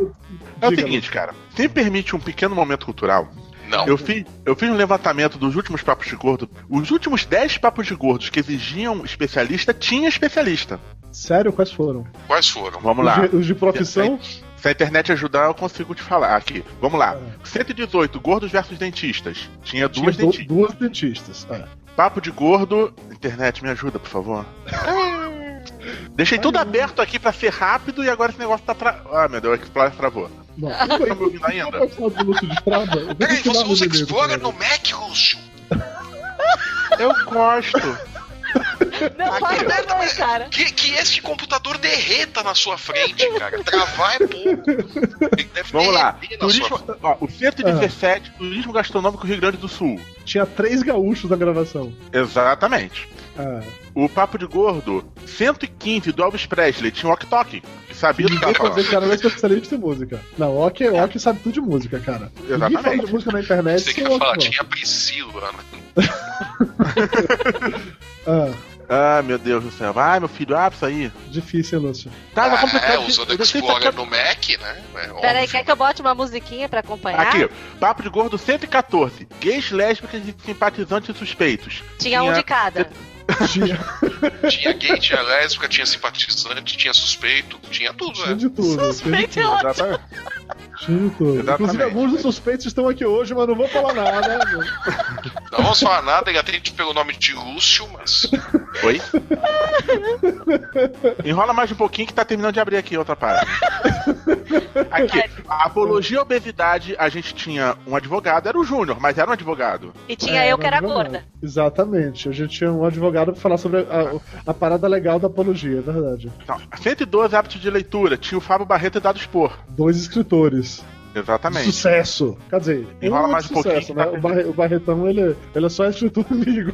C: É o
B: Diga,
C: seguinte, cara. Se me permite um pequeno momento cultural,
F: Não.
C: eu fiz, eu fiz um levantamento dos últimos papos de gordo. Os últimos 10 papos de gordos que exigiam especialista, tinha especialista.
B: Sério, quais foram?
F: Quais foram?
C: Vamos
B: Os
C: lá. É,
B: de- Os de profissão?
C: Se a internet ajudar, eu consigo te falar. Aqui, vamos lá.
B: Ah.
C: 118, gordos versus dentistas. Tinha
B: Tinha
C: duas
B: do-
C: dentistas.
B: duas dentistas. É.
C: Papo de gordo. Internet, me ajuda, por favor. Deixei tudo aberto aqui pra ser rápido e agora esse negócio tá pra. Ah, meu Deus, o Explorer travou.
B: Bom,
C: *laughs* Tá me ouvindo ainda?
B: do Lúcio de Estrada, eu vou
F: Peraí,
B: continuar no
F: você usa
B: e-mail do
F: Explorer
B: cara.
F: no Mac, Lúcio?
C: Eu gosto.
D: Não faz vergonha, tá cara.
F: Que, que este computador derreta na sua
B: *laughs*
F: frente, cara. Travar é pouco. Ele deve
C: Vamos lá.
F: derreter na
C: Turismo,
F: sua-
C: ó, o 117, Turismo Gastronômico Rio Grande do Sul.
B: Tinha três gaúchos na gravação.
C: Exatamente.
B: Ah,
C: O Papo de Gordo, 115 do Elvis Presley, tinha um Ok que sabia do que
B: ninguém
C: tava
B: fazia,
C: falando.
B: o cara não é especialista em música. Não, o Ok, o ok sabe tudo de música, cara. Ninguém fala
C: Exatamente.
B: de música na internet. sem
F: Você quer
B: o Ok
F: falar?
B: não.
F: Tinha a Priscila, né?
B: Ah,
C: Ah, meu Deus do céu. Ai, meu filho, ah, abre isso aí.
B: difícil, hein, Lúcio?
C: Tava Tá, complicado.
F: é,
C: de-
F: usando
C: eu deixei isso
F: Explorer
C: aqui-
F: no Mac, né? É óbvio.
D: Peraí, quer que eu bote uma musiquinha pra acompanhar?
C: Aqui, Papo de Gordo 114. Gays, lésbicas e simpatizantes suspeitos.
D: Tinha um
C: tinha-
D: de cada.
B: Tinha,
F: Tinha gay, tinha lésbica, tinha simpatizante, tinha suspeito, tinha tudo,
B: tinha
F: né?
B: de tudo. Tinha de
D: Suspeito é
B: tudo.
D: ótimo.
C: Exatamente.
B: Tinha de tudo.
C: Exatamente.
B: Inclusive, alguns dos suspeitos estão aqui hoje, mas não vou falar
D: *laughs*
B: nada. né?
F: Não vamos falar nada, ele atende pelo nome de Lúcio,
B: *laughs*
F: mas.
C: Oi? Enrola mais um pouquinho que tá terminando de abrir aqui outra parte. Aqui, a apologia à obesidade, a gente tinha um advogado, era o Júnior, mas era um advogado.
D: E tinha
B: É,
D: eu que era
B: mas não,
D: gorda.
B: não. Exatamente. A gente tinha um advogado pra falar sobre a, a parada legal da apologia, é verdade.
C: Então, 112 hábitos de leitura, tinha o Fábio Barreto e Dado Expor.
B: Dois escritores.
C: Exatamente.
B: Sucesso. Quer dizer,
C: Enrola
B: um
C: mais
B: de
C: um pouquinho
B: sucesso,
C: que tá
B: né? O, Barre- o Barretão, ele, ele é só escritor *laughs* amigo.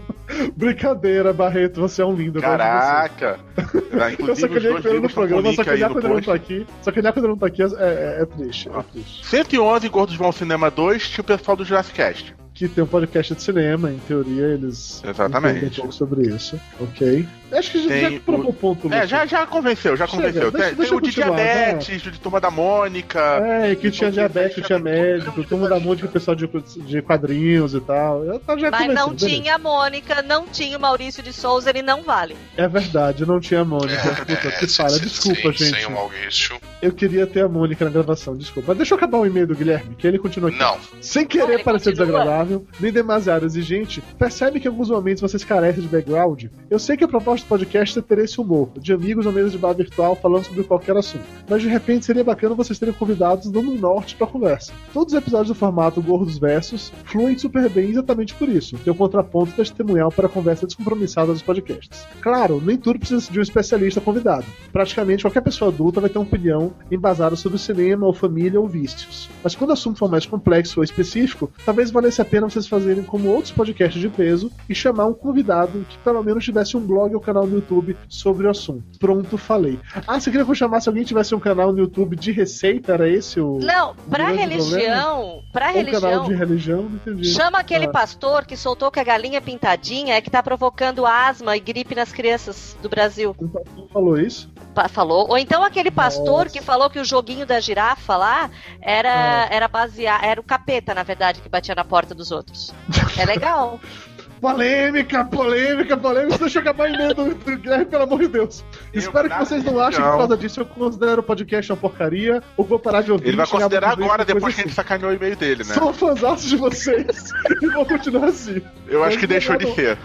B: Brincadeira, Barreto, você é um lindo. eu gosto de você.
C: Caraca! Ah,
B: Eu
C: Inclusive,
B: só
C: os
B: queria
C: dois
B: que ele no
C: livros estão com
B: programa, só
C: link
B: que ele
C: aí
B: quando
C: no
B: ele não
C: post.
B: tá aqui. Só que ele quando ele não tá
C: Ah.
B: aqui é, é- é triste. É triste.
C: 111 Gordos vão ao Cinema 2, tinha o pessoal do Jurassic Cast.
B: Que que tem um podcast de cinema, em teoria eles
C: Exatamente.
B: entendem um pouco sobre isso, ok? Acho que a gente
C: Tem
B: já provou o ponto,
C: É,
B: Lucas.
C: já, já convenceu, já
B: assim? Chega,
C: convenceu. É,
B: deixa-
C: tem
B: deixa
C: tem
B: eu
C: o de
B: continuar, né?
C: diabetes, o de turma da Mônica.
B: É, que tinha diabetes, tinha médico, todo mundo da música, o pessoal de, de quadrinhos e tal. Eu tava já
D: Mas não
B: convencido, É beleza.
D: tinha a Mônica, não tinha o Maurício de Souza, ele não vale.
B: É verdade, não tinha a
C: É.
B: Mônica. Puta, que
C: *laughs*
B: falha. Desculpa,
F: é, sem,
B: gente.
F: Sem o Maurício.
B: Eu queria ter a Mônica na gravação, desculpa. Mas deixa eu acabar o e-mail do Guilherme, que ele continua aqui.
F: Não.
B: Sem querer
D: Não, ele
B: parecer
D: continua.
B: desagradável, nem demasiado exigente, percebe que em alguns momentos vocês carecem de background? Eu sei que a proposta do podcast é ter esse humor, de amigos ou mesa de bar virtual falando sobre qualquer assunto, mas de repente seria bacana vocês terem convidados dando um norte pra conversa. Todos os episódios do formato Gordos Versos fluem super bem exatamente por isso, tem um contraponto testemunhal para a conversa descompromissada dos podcasts. Claro, nem tudo precisa de um especialista convidado. Praticamente qualquer pessoa adulta vai ter uma opinião embasada sobre cinema, ou família, ou vícios. Mas quando o assunto for mais complexo ou específico, talvez valesse a pena vocês fazerem como outros podcasts de peso e chamar um convidado que pelo menos tivesse um blog ou canal no YouTube sobre o assunto. Pronto, falei. Ah, você queria que eu chamasse alguém que tivesse um canal no YouTube de receita? Era esse o.
D: Não, pra
B: grande
D: religião, pra
B: ou um canal
D: religião,
B: de religião? Não entendi.
D: chama aquele
B: Ah.
D: pastor que soltou que a galinha pintadinha é que tá provocando asma e gripe nas crianças do Brasil.
B: Um pastor falou isso?
D: Pa- falou. Ou então aquele pastor
B: Nossa. Ah.
D: que falou que o joguinho da girafa lá era, era baseado. Era o capeta, na verdade, que batia na porta dos outros.
B: *laughs*
D: É legal.
B: Polêmica, polêmica, polêmica. Deixa eu acabar em meio do, do Guilherme, pelo amor de Deus.
C: Eu
B: Espero que
C: nada
B: vocês não achem que por causa disso eu considero o podcast uma porcaria ou vou parar de ouvir.
C: Ele vai
B: e chegar
C: considerar
B: muito bem,
C: agora,
B: coisa
C: depois que a gente
B: assim.
C: sacaneou o e-mail dele, né?
B: Sou um fãzaço de vocês *laughs* e vou continuar assim.
C: Eu acho que
B: Eu
C: deixou
B: não-
C: de ser.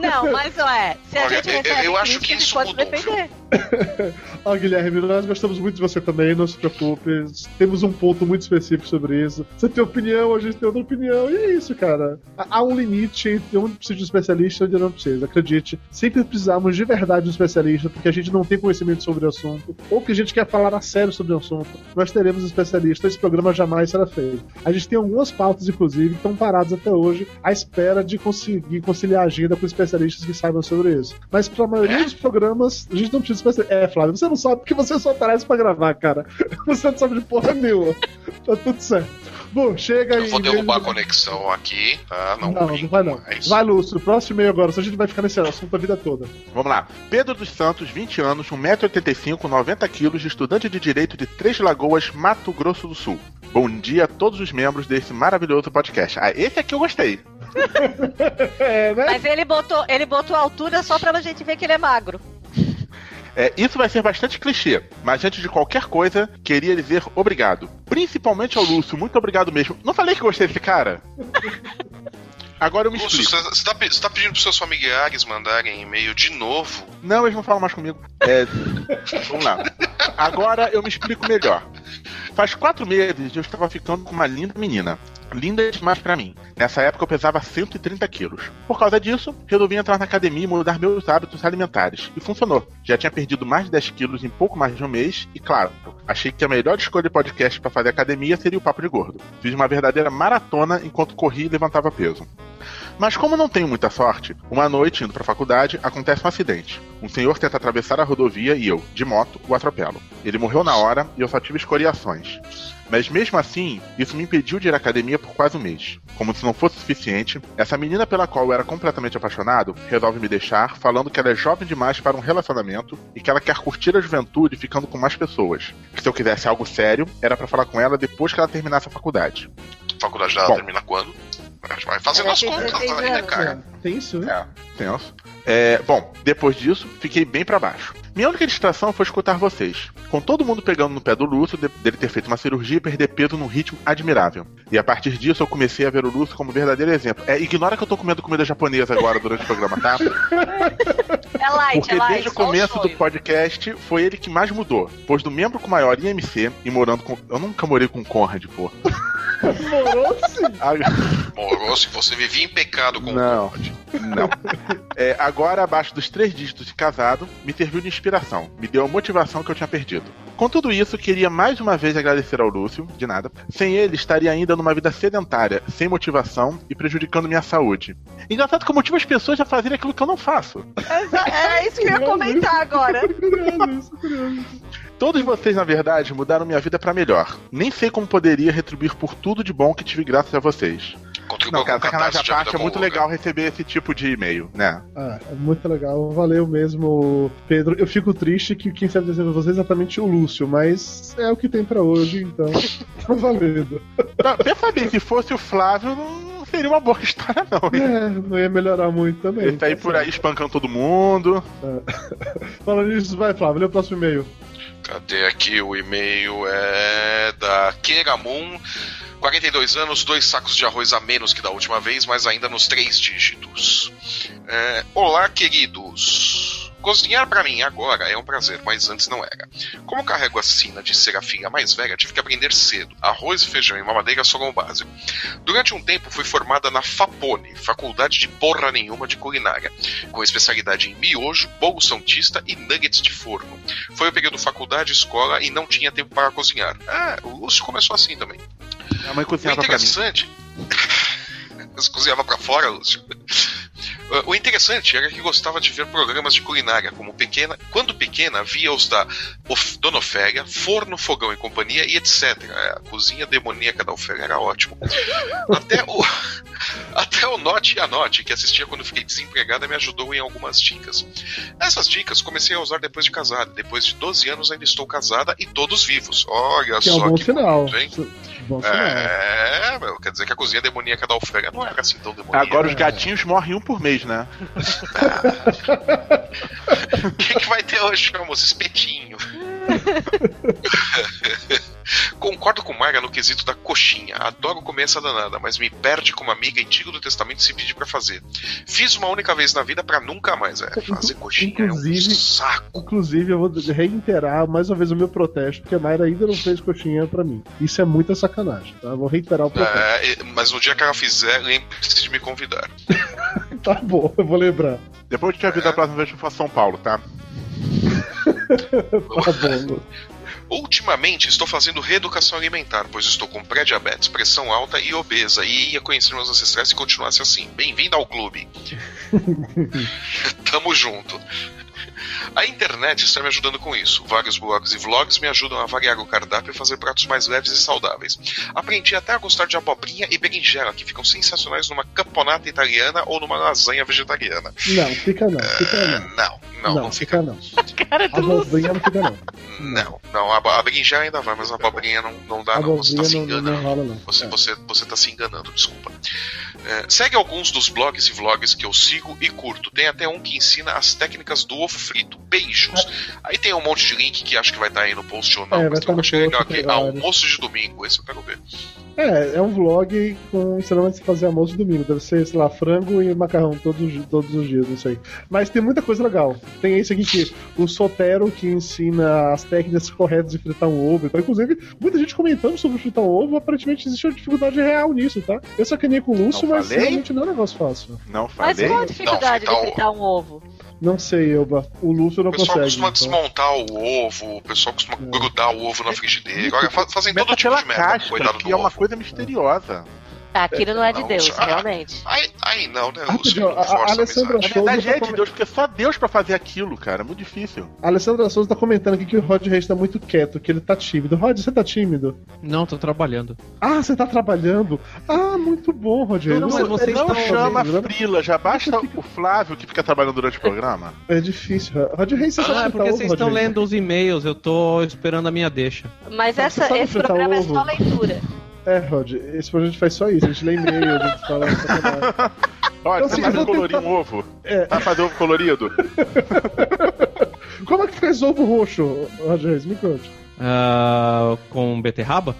D: Não, mas ué, se a
F: Olha,
D: gente
F: eu- eu
D: recebe
F: acho que
D: críticas,
F: isso
D: pode
F: mudou,
D: defender.
B: Ó, Ah, Guilherme, nós gostamos muito de você também, não se preocupe. Temos um ponto muito específico sobre isso. Você tem opinião, a gente tem outra opinião, e é isso, cara. Há há um limite entre onde precisa de um especialista e onde não precisa. Acredite, sempre precisamos de verdade de um especialista, porque a gente não tem conhecimento sobre o assunto, ou que a gente quer falar a sério sobre o assunto. Nós teremos um especialista, esse programa jamais será feito. A gente tem algumas pautas, inclusive, que estão paradas até hoje, à espera de conseguir conciliar a agenda com especialistas que saibam sobre isso. Mas para a maioria dos programas, a gente não precisa de especialista. É, Flávio, você não sabe porque você só aparece pra gravar, cara. *laughs* Você não sabe de porra nenhuma. Tá tudo certo. Bom, chega aí.
F: Eu vou derrubar a conexão aqui, tá? Não,
B: é né? Não, não,
F: brinco
B: vai não.
F: mais.
B: Vai, Lúcio, próximo e-mail agora, só a gente vai ficar nesse assunto a vida toda.
C: Vamos lá. Pedro dos Santos, 20 anos, 1,85m, 90kg, estudante de Direito de Três Lagoas, Mato Grosso do Sul. Bom dia a todos os membros desse maravilhoso podcast. Ah, esse aqui eu gostei.
B: É, né?
D: Mas ele botou, ele botou a altura só pra gente ver que ele é magro.
C: É, isso vai ser bastante clichê, mas antes de qualquer coisa, queria dizer obrigado. Principalmente ao Lúcio, muito obrigado mesmo. Não falei que gostei desse cara? Agora eu me
F: Lúcio,
C: explico.
F: você você tá, pe- você tá pedindo pros seus familiares mandarem e-mail de novo?
C: Não, eles não falam mais comigo. É, vamos lá. Agora eu me explico melhor. Faz quatro meses eu estava ficando com uma linda menina. Linda demais pra mim. Nessa época eu pesava 130 quilos. Por causa disso, resolvi entrar na academia e mudar meus hábitos alimentares. E funcionou. Já tinha perdido mais de 10 quilos em pouco mais de um mês. E claro, achei que a melhor escolha de podcast pra fazer academia seria o Papo de Gordo. Fiz uma verdadeira maratona enquanto corria e levantava peso. Mas como não tenho muita sorte, uma noite indo pra faculdade acontece um acidente. Um senhor tenta atravessar a rodovia e eu, de moto, o atropelo. Ele morreu na hora e eu só tive escoriações. Mas mesmo assim, isso me impediu de ir à academia por quase um mês. Como se não fosse suficiente, essa menina pela qual eu era completamente apaixonado resolve me deixar, falando que ela é jovem demais para um relacionamento e que ela quer curtir a juventude ficando com mais pessoas. Que se eu quisesse algo sério, era pra falar com ela depois que ela terminasse a faculdade.
F: faculdade dela
C: Bom.
F: termina quando? Vai fazendo
D: Ela
F: as
D: É, tem
F: contas aí,
D: 16
F: né,
D: anos,
F: cara?
B: Tem isso, né?
C: É, tenso. É, bom, depois disso, fiquei bem pra baixo. Minha única distração foi escutar vocês. Com todo mundo pegando no pé do Lúcio, de- dele ter feito uma cirurgia e perder peso num ritmo admirável. E a partir disso, eu comecei a ver o Lúcio como verdadeiro exemplo. É, ignora que eu tô comendo comida japonesa agora durante o
D: *laughs*
C: programa, tá?
D: É light,
C: Porque
D: é light.
C: desde o
D: só um
C: começo do *laughs*
D: sonho.
C: podcast foi ele que mais mudou. Pois do membro com maior IMC e morando com. Eu nunca morei com Conrad, pô.
B: Morou
C: *laughs*
B: sim.
F: Morou, se você vivia em pecado com
C: Não, um não. É, agora, abaixo dos três dígitos de casado, me serviu de inspiração, me deu a motivação que eu tinha perdido. Com tudo isso, queria mais uma vez agradecer ao Lúcio, de nada. Sem ele, estaria ainda numa vida sedentária, sem motivação e prejudicando minha saúde. Engraçado que eu motivo as pessoas a fazerem aquilo que eu não faço.
D: Exa- Era É, isso que eu ia comentar agora.
C: Todos vocês, na verdade, mudaram minha vida pra melhor. Nem sei como poderia retribuir por tudo de bom que tive graças a vocês.
F: contribua
C: Não,
F: com
C: cara,
F: o Catarse
C: sacanagem à
F: de Ajuda
C: parte, é muito
F: Boa,
C: legal receber esse tipo de e-mail, né?
B: Ah, é muito legal. Valeu mesmo, Pedro. Eu fico triste que quem está dizendo você é exatamente o Lúcio, mas é o que tem pra hoje,
F: *laughs*
B: então tá valendo.
C: Não, Você sabia, se fosse o Flávio, não seria uma boa *laughs* história, não. hein?
B: É, não ia melhorar muito também.
C: Ele tá aí por aí espancando todo mundo.
B: Falando nisso, vai, Flávio, lê o próximo e-mail.
F: Cadê aqui o e-mail? É da Keramun. 42 anos, dois sacos de arroz a menos que da última vez, mas ainda nos três dígitos. É, Olá, queridos. Cozinhar pra mim agora é um prazer, mas antes não era. Como carrego a sina de ser a filha mais velha, tive que aprender cedo. Arroz, feijão e mamadeira foram o básico. Durante um tempo fui formada na Fapone, faculdade de porra nenhuma de culinária, com especialidade em miojo, bolo santista e nuggets de forno. Foi o período faculdade, escola e não tinha tempo para cozinhar. Ah, o Lúcio começou assim também.
C: Minha mãe
F: O
C: cozinhava pra mim.
F: interessante. Você cozinhava pra fora, Lúcio. O interessante era que gostava de ver programas de culinária, como pequena, quando pequena, via os da Of- Dona Ofélia, Forno, Fogão e Companhia e etc. É, A cozinha demoníaca da Ofélia era ótimo. Até o, *laughs* até o Note e a Note, que assistia quando fiquei desempregada, me ajudou em algumas dicas. Essas dicas comecei a usar depois de casada. Depois de 12 anos ainda estou casada e todos vivos. Olha
B: Que é
F: só
B: um bom
F: que
B: sinal.
F: bonito, hein?
B: Bom sinal.
F: É, meu, quer dizer que a cozinha demoníaca da Alfrega não era assim tão demoníaca.
C: Agora os gatinhos morrem um por mês, né?
F: o que, que vai ter hoje, meu moço? Espetinho. Concordo com Mara no quesito da coxinha. Adoro comer essa danada, mas me perde como amiga e tiro do testamento se pedir pra fazer. Fiz uma única vez na vida pra nunca mais. É, fazer coxinha é
B: Inclusive-
F: um saco.
B: Inclusive, eu vou reiterar mais uma vez o meu protesto, porque a Mayra ainda não fez coxinha pra mim. Isso é muita sacanagem, tá? Eu vou reiterar o protesto.
F: É, e- mas no dia que ela fizer, lembre-se de me convidar. É.
B: Tá bom, eu vou lembrar.
C: Depois eu te aviso a próxima vez que eu for a São Paulo, tá?
B: Tá bom.
F: Ultimamente estou fazendo reeducação alimentar, pois estou com pré-diabetes, pressão alta e obesa, e ia conhecer meus ancestrais se continuasse assim. Bem-vindo ao *laughs* clube. Tamo junto. A internet está me ajudando com isso. Vários blogs e vlogs me ajudam a variar o cardápio e fazer pratos mais leves e saudáveis. Aprendi até a gostar de abobrinha e berinjela, que ficam sensacionais numa camponata italiana ou numa lasanha vegetariana.
B: Não, fica não, fica
F: Ah,
B: não.
F: Não, não, não, fica.
B: não.
D: Cara
B: A
D: do Lúcio.
B: vozinha não fica não.
F: Não, não, a, a berinjela ainda vai, mas a abobrinha não, não dá,
B: A
F: não. Você tá se
B: vozinha não,
F: enganando.
B: não rola não.
F: Você,
B: É.
F: você, você tá se enganando, desculpa. É, segue alguns dos blogs e vlogs que eu sigo e curto. Tem até um que ensina as técnicas do ovo frito. Beijos. Aí tem um monte de link que acho que vai estar aí no post ou não,
B: É, vai
F: mas
B: tá
F: tem um
B: no
F: que eu achei legal
B: post,
F: aqui.
B: vai,
F: Almoço de domingo, esse eu quero ver.
B: É, é um vlog com ensinamento de se fazer almoço de domingo. Deve ser, sei lá, frango e macarrão todos, os di- todos os dias, não sei. Mas tem muita coisa legal. Tem esse aqui que o Sotero que ensina as técnicas *laughs* corretas de fritar um ovo. Então, inclusive, muita gente comentando sobre fritar um ovo. Aparentemente existe uma dificuldade real nisso, tá? Eu sacaneei com o Lúcio,
C: Não
B: mas
C: falei?
B: realmente não é um negócio fácil.
C: Não
D: Mas
C: falei.
D: qual a dificuldade
C: Então,
F: Não,
D: de
F: fritar
D: fritar um ovo?
B: Não sei, Elba. O Lúcio não
F: O pessoal
B: consegue.
F: costuma
B: então. É.
F: desmontar o ovo, o pessoal costuma grudar o ovo na frigideira. Olha, fa- fazem
C: Meta
F: todo tipo
C: pela
F: de merda,
C: casca,
F: coitado
C: que
F: do
C: é uma
F: ovo.
C: coisa misteriosa.
D: Aquilo não é de
F: Não,
D: Deus,
F: já-
D: realmente.
F: Aí, aí não, né, Lúcio?
B: Rapidinho,
F: Não
B: a- a
F: força a
B: Alessandra-
F: amizade.
C: Na
B: Show
C: verdade
B: do
C: é de Deus, porque só Deus pra fazer aquilo, cara. É muito difícil.
B: A Alessandra Souza tá comentando aqui que o Rod Reis tá muito quieto, que ele tá tímido. Rod, você tá tímido?
E: Não, tô trabalhando.
B: Ah, você tá trabalhando? Ah, muito bom, Rogério.
E: Não,
B: Você-
E: mas vocês
C: não
E: estão
C: chama
B: ouvindo, né?
C: frila, já basta o Flávio que fica trabalhando durante o programa.
B: É difícil. Roger Reis, você sabe tá
E: Ah, é
B: fritar
E: porque
B: ovo,
E: vocês estão
B: Roger Reis?
E: lendo os e-mails, eu tô esperando a minha deixa.
D: Mas
B: Você
D: essa-
B: sabe
D: esse
B: fritar
D: programa é
B: ovo?
D: só leitura.
B: É, Rod, esse programa a gente faz só isso. A gente lê e-mail, a gente fala.
E: *laughs*
B: sacanagem.
C: Olha,
B: Eu
C: você
B: sei,
C: vai
B: eu vou
C: colorir um ovo?
B: É.
C: Vai fazer ovo colorido?
B: Como é que faz ovo roxo, Roger Reis? Me conte.
E: Ah, com beterraba?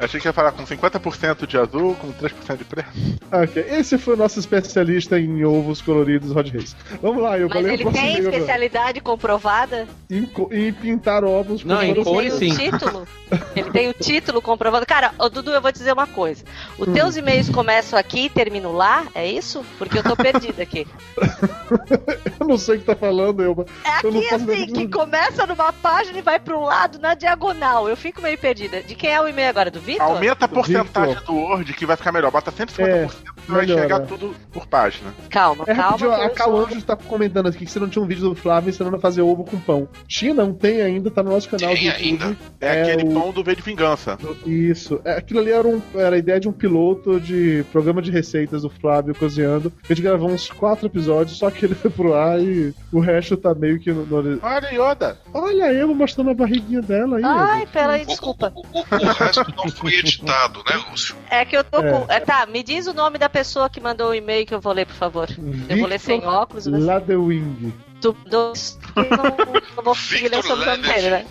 C: Achei que ia falar com 50% de azul, com 3% de preto.
B: Ah, ok. Esse foi o nosso especialista em ovos coloridos, Rod Reis. Vamos lá, eu
D: Mas
B: falei o
D: ele
B: próximo
D: tem
B: e-mail agora.
D: especialidade comprovada?
B: Em, co- em pintar ovos
E: Não, em
D: Ele
B: coloridos.
E: cor
D: tem
E: Cores,
D: o
E: sim.
D: título. Ele tem o título comprovando. Cara, ô, Dudu, eu vou te dizer uma coisa.
B: Hum.
D: Os teus e-mails começam aqui e terminam lá, é isso? Porque eu tô perdida aqui.
B: *laughs* Eu não sei o que tá falando, Elba. *laughs*
D: É
B: Eu não
D: aqui
B: faço
D: assim,
B: ideia.
D: que começa numa página e vai pro lado na diagonal. Eu fico meio perdida. De quem é o e-mail agora? Do Vitor?
C: Aumenta a porcentagem do Word que vai ficar melhor. Bota 150% vai
B: É, Melhora.
C: enxergar tudo por página.
D: Calma,
B: É
D: calma.
B: rapidinho,
D: que eu
B: a
D: sou-
B: Calanjo tá comentando aqui que você não tinha um vídeo do Flávio ensinando a fazer ovo com pão. Tinha, não tem ainda, tá no nosso canal
F: Tem
B: do YouTube.
F: ainda.
C: É,
B: É
C: aquele
B: o-
C: pão do V de Vingança.
B: Isso. É, Aquilo ali era, um- era a ideia de um piloto de programa de receitas do Flávio cozinhando. A gente gravou uns quatro episódios, só que ele foi pro ar e o resto tá meio que no. no-
C: Olha, Yoda!
B: Olha a Eva mostrando a barriguinha dela aí.
D: Ai, peraí,
F: O-
D: desculpa.
F: O, o- o resto não foi editado, né, Lúcio?
D: É que eu tô
B: É.
D: com. é, tá, me diz o nome da pessoa que mandou o e-mail que eu vou ler, por favor. Eu vou ler sem óculos, né? mas
B: Ladewing.
D: tu dois. Eu não- eu vou conseguir ler o
F: Victor
D: sobrenome
F: Ladewing.
D: dele, né?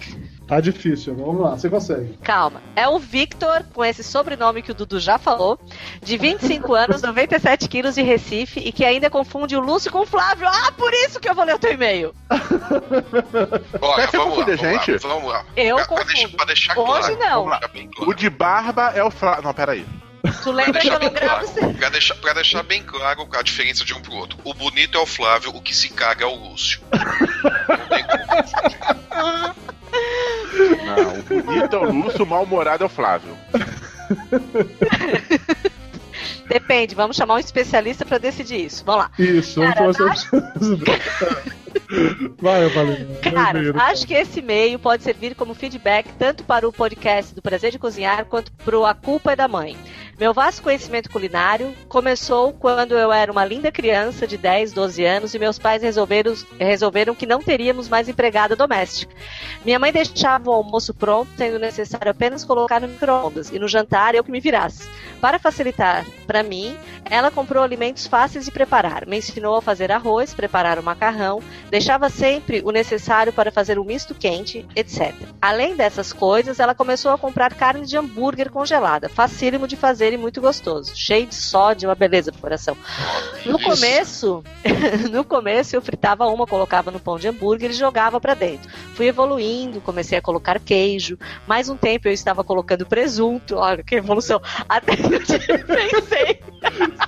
B: Tá difícil, vamos lá, você consegue.
D: Calma. É o Victor, com esse sobrenome que o Dudu já falou, de
B: *laughs*
D: 25 anos, 97 quilos de Recife e que ainda confunde o Lúcio com o Flávio. Ah, por isso que eu vou ler o teu e-mail.
F: Olha,
C: Mas você
F: vamos lá,
C: confunde a
F: vamos
C: gente?
F: lá, vamos lá.
D: Eu
F: pra, pra
D: confundo.
F: deixar,
D: *laughs*
F: pra deixar
D: Hoje
F: claro.
D: não.
F: pra deixar bem claro.
C: O de barba é o Flávio. Não, peraí.
D: Tu
F: Pra
D: lembra que
F: deixar,
D: eu
F: bem
D: não gravo
F: claro, pra, deixar, pra deixar bem claro a diferença de um pro outro. O bonito é o Flávio, o que se caga é o Lúcio. Não tem como.
C: Não, o bonito é o Lúcio, o mal-humorado é o Flávio.
D: Depende, vamos chamar um especialista pra decidir isso. Vamos lá.
B: Isso, vamos começar. *laughs* Vai, eu falei.
D: Cara, acho que esse e-mail pode servir como feedback tanto para o podcast do Prazer de Cozinhar quanto para o A Culpa é da Mãe. Meu vasto conhecimento culinário começou quando eu era uma linda criança de 10, 12 anos e meus pais resolveram, resolveram que não teríamos mais empregada doméstica. Minha mãe deixava o almoço pronto, sendo necessário apenas colocar no micro-ondas e no jantar eu que me virasse. Para facilitar para mim, ela comprou alimentos fáceis de preparar. Me ensinou a fazer arroz, preparar o macarrão, deixava sempre o necessário para fazer o misto quente, etc. Além dessas coisas, ela começou a comprar carne de hambúrguer congelada, facílimo de fazer e muito gostoso, cheio de sódio, uma beleza pro coração. No começo, *laughs* no começo eu fritava uma, colocava no pão de hambúrguer e jogava pra dentro. Fui evoluindo, comecei a colocar queijo. Mais um tempo eu estava colocando presunto. Olha que evolução. Até que eu *laughs* pensei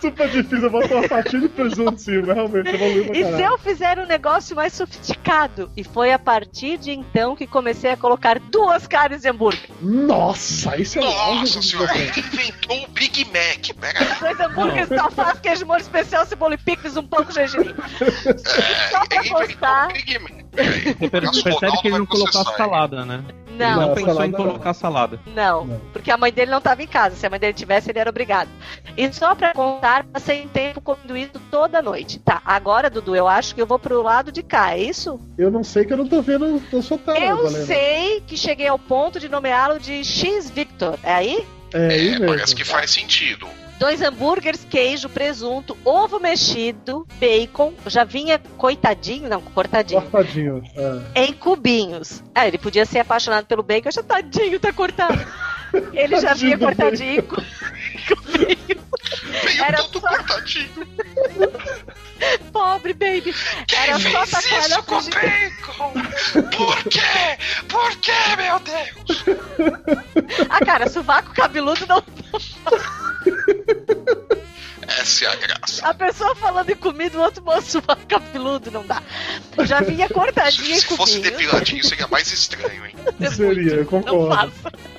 B: Super difícil, eu boto uma fatia de presunto em cima, realmente, eu vou ler pra
D: E se
B: caralho.
D: eu fizer um negócio mais sofisticado? E foi a partir de então que comecei a colocar duas carnes de hambúrguer.
B: Nossa, isso é
F: Nossa
B: lógico.
F: senhora, ele inventou o Big Mac. Pera,
D: Dois hambúrgueres, alface, queijo molho especial, cebola e picles, um pão com gergelim. Só
F: ele
D: pra
F: inventou o
D: constar,
F: Big Mac. Pera aí,
E: Você per-
F: Nosso
E: percebe
F: Ronaldo
E: que ele
F: vai
E: não colocou
F: processar, hein?
E: salada, né? Ele
D: não,
E: não
B: Não,
E: pensou em
B: salada não.
E: colocar salada.
D: não,
B: Não.
D: Porque a mãe dele não estava em casa. Se a mãe dele tivesse, ele era obrigado. E só pra contar, passei um tempo comendo isso toda noite. Tá, agora, Dudu, eu acho que eu vou pro lado de cá, é isso?
B: Eu não sei que eu não tô vendo a sua tela,
D: eu
B: galera.
D: sei que cheguei ao ponto de nomeá-lo de X Victor. É aí?
B: É, aí
F: É,
B: mesmo.
F: parece que faz sentido.
D: Dois hambúrgueres, queijo, presunto, ovo mexido, bacon. Já vinha coitadinho, não, cortadinho.
B: Cortadinho. um é.
D: Em cubinhos. Ah, ele podia ser apaixonado pelo bacon, eu já tadinho, tá cortado. Ele já
B: Tadinho
D: vinha
B: do
D: cortadinho. cu-
F: Veio
D: Era
F: todo cortadinho.
D: Pobre baby.
F: Quem
D: Era só
F: fez
D: tacar na
F: isso com
D: frigideira.
F: bacon? Por quê? Por quê, meu Deus?
D: Ah, cara, sovaco cabeludo não.
F: Essa é a graça.
D: A pessoa falando em comida, o outro moço sovaco cabeludo, não dá. Já vinha cortadinho em
F: Se fosse
D: cubinhos.
F: depiladinho, seria mais estranho, hein?
D: *laughs*
B: Seria, eu
D: É Não
B: concordo. É.
D: faça.